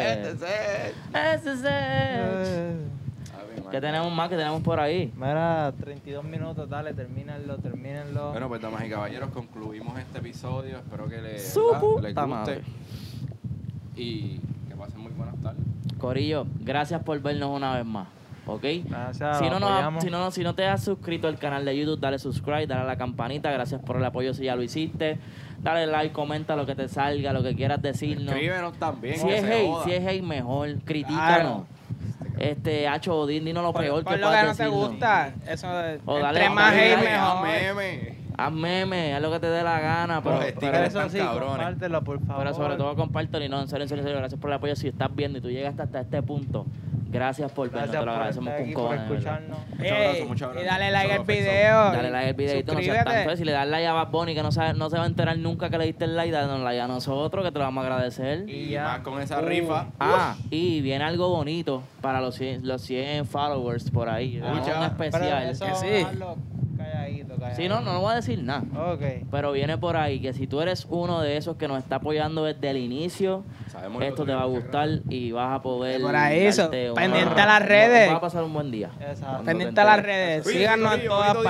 Speaker 1: que.
Speaker 4: es el-
Speaker 1: Ese es el-
Speaker 4: Ave
Speaker 1: ¿Qué
Speaker 4: María.
Speaker 1: tenemos más que tenemos por ahí?
Speaker 3: Mira, 32 minutos, dale, termínenlo, termínenlo.
Speaker 4: Bueno, pues damas y caballeros, concluimos este episodio. Espero que le-
Speaker 1: Su
Speaker 4: ¿verdad?
Speaker 1: puta
Speaker 4: les guste.
Speaker 1: madre.
Speaker 4: Y que pasen muy buenas tardes.
Speaker 1: Corillo, gracias por vernos una vez más. ¿Ok?
Speaker 3: Gracias,
Speaker 1: Si no, nos-
Speaker 3: apoyamos.
Speaker 1: si, no, si no te has suscrito al canal de YouTube, dale subscribe, dale a la campanita. Gracias por el apoyo si ya lo hiciste. Dale like, comenta lo que te salga, lo que quieras decirnos.
Speaker 4: Escríbenos también.
Speaker 1: Si
Speaker 4: que
Speaker 1: es
Speaker 4: se
Speaker 1: hate,
Speaker 4: joda.
Speaker 1: si es hate, mejor. Critícanos. Este, Hacho Odín, dinos lo
Speaker 2: Por,
Speaker 1: peor
Speaker 2: por
Speaker 1: que
Speaker 2: lo que
Speaker 1: puedas
Speaker 2: no te
Speaker 1: decirnos.
Speaker 2: gusta. Eso de-
Speaker 1: O dale
Speaker 2: entre
Speaker 1: a-
Speaker 2: más
Speaker 1: dale
Speaker 2: hate
Speaker 1: like,
Speaker 2: mejor.
Speaker 4: meme.
Speaker 1: Haz memes, haz lo que te dé la gana. Pero,
Speaker 4: Los
Speaker 1: pero-
Speaker 4: stickers
Speaker 3: Pero eso
Speaker 4: están
Speaker 3: sí,
Speaker 4: cabrones.
Speaker 3: compártelo, por favor.
Speaker 1: pero sobre todo compártelo y no, en serio, en serio, en serio, gracias por el apoyo. Si estás viendo y tú llegaste hasta este punto, gracias por vernos, te
Speaker 3: gracias
Speaker 1: lo
Speaker 3: por
Speaker 1: agradecemos
Speaker 3: estar
Speaker 1: con
Speaker 3: aquí, por
Speaker 1: cojones, de verdad.
Speaker 3: escucharnos.
Speaker 4: Muchas gracias,
Speaker 2: Ey,
Speaker 4: muchas gracias.
Speaker 2: Y dale like al
Speaker 4: Solo pensó.
Speaker 2: video.
Speaker 1: Dale like al videito, no seas tan
Speaker 2: suscríbete.
Speaker 1: feo. Si le das like a Bad Bunny, que no, sabe, no se va a enterar nunca que le diste el like, danos like a nosotros, que te lo vamos a agradecer.
Speaker 4: Y
Speaker 3: ya.
Speaker 4: más con esa rifa.
Speaker 1: Ah, y viene algo bonito para los 100, los 100 followers por ahí. Vamos a un
Speaker 3: Pero
Speaker 1: especial.
Speaker 3: eso,
Speaker 2: que sí.
Speaker 3: dejarlo calladito, calladito.
Speaker 1: Si no, no voy a decir nada.
Speaker 3: Ok.
Speaker 1: Pero viene por ahí que si tú eres uno de esos que nos está apoyando desde el inicio,
Speaker 4: Sabemos
Speaker 1: esto
Speaker 4: lo
Speaker 1: te
Speaker 4: que
Speaker 1: va a
Speaker 4: muchas
Speaker 1: gustar y vas a poder.
Speaker 2: Eh, Por ahí, eso.
Speaker 1: darte una-
Speaker 2: Pendiente a las redes.
Speaker 1: Va a pasar un buen día.
Speaker 3: Exacto.
Speaker 2: Pendiente a las redes.
Speaker 4: Cuídense,
Speaker 2: Síganos en
Speaker 4: corillo,
Speaker 2: todas
Speaker 4: bonito día.
Speaker 2: partes.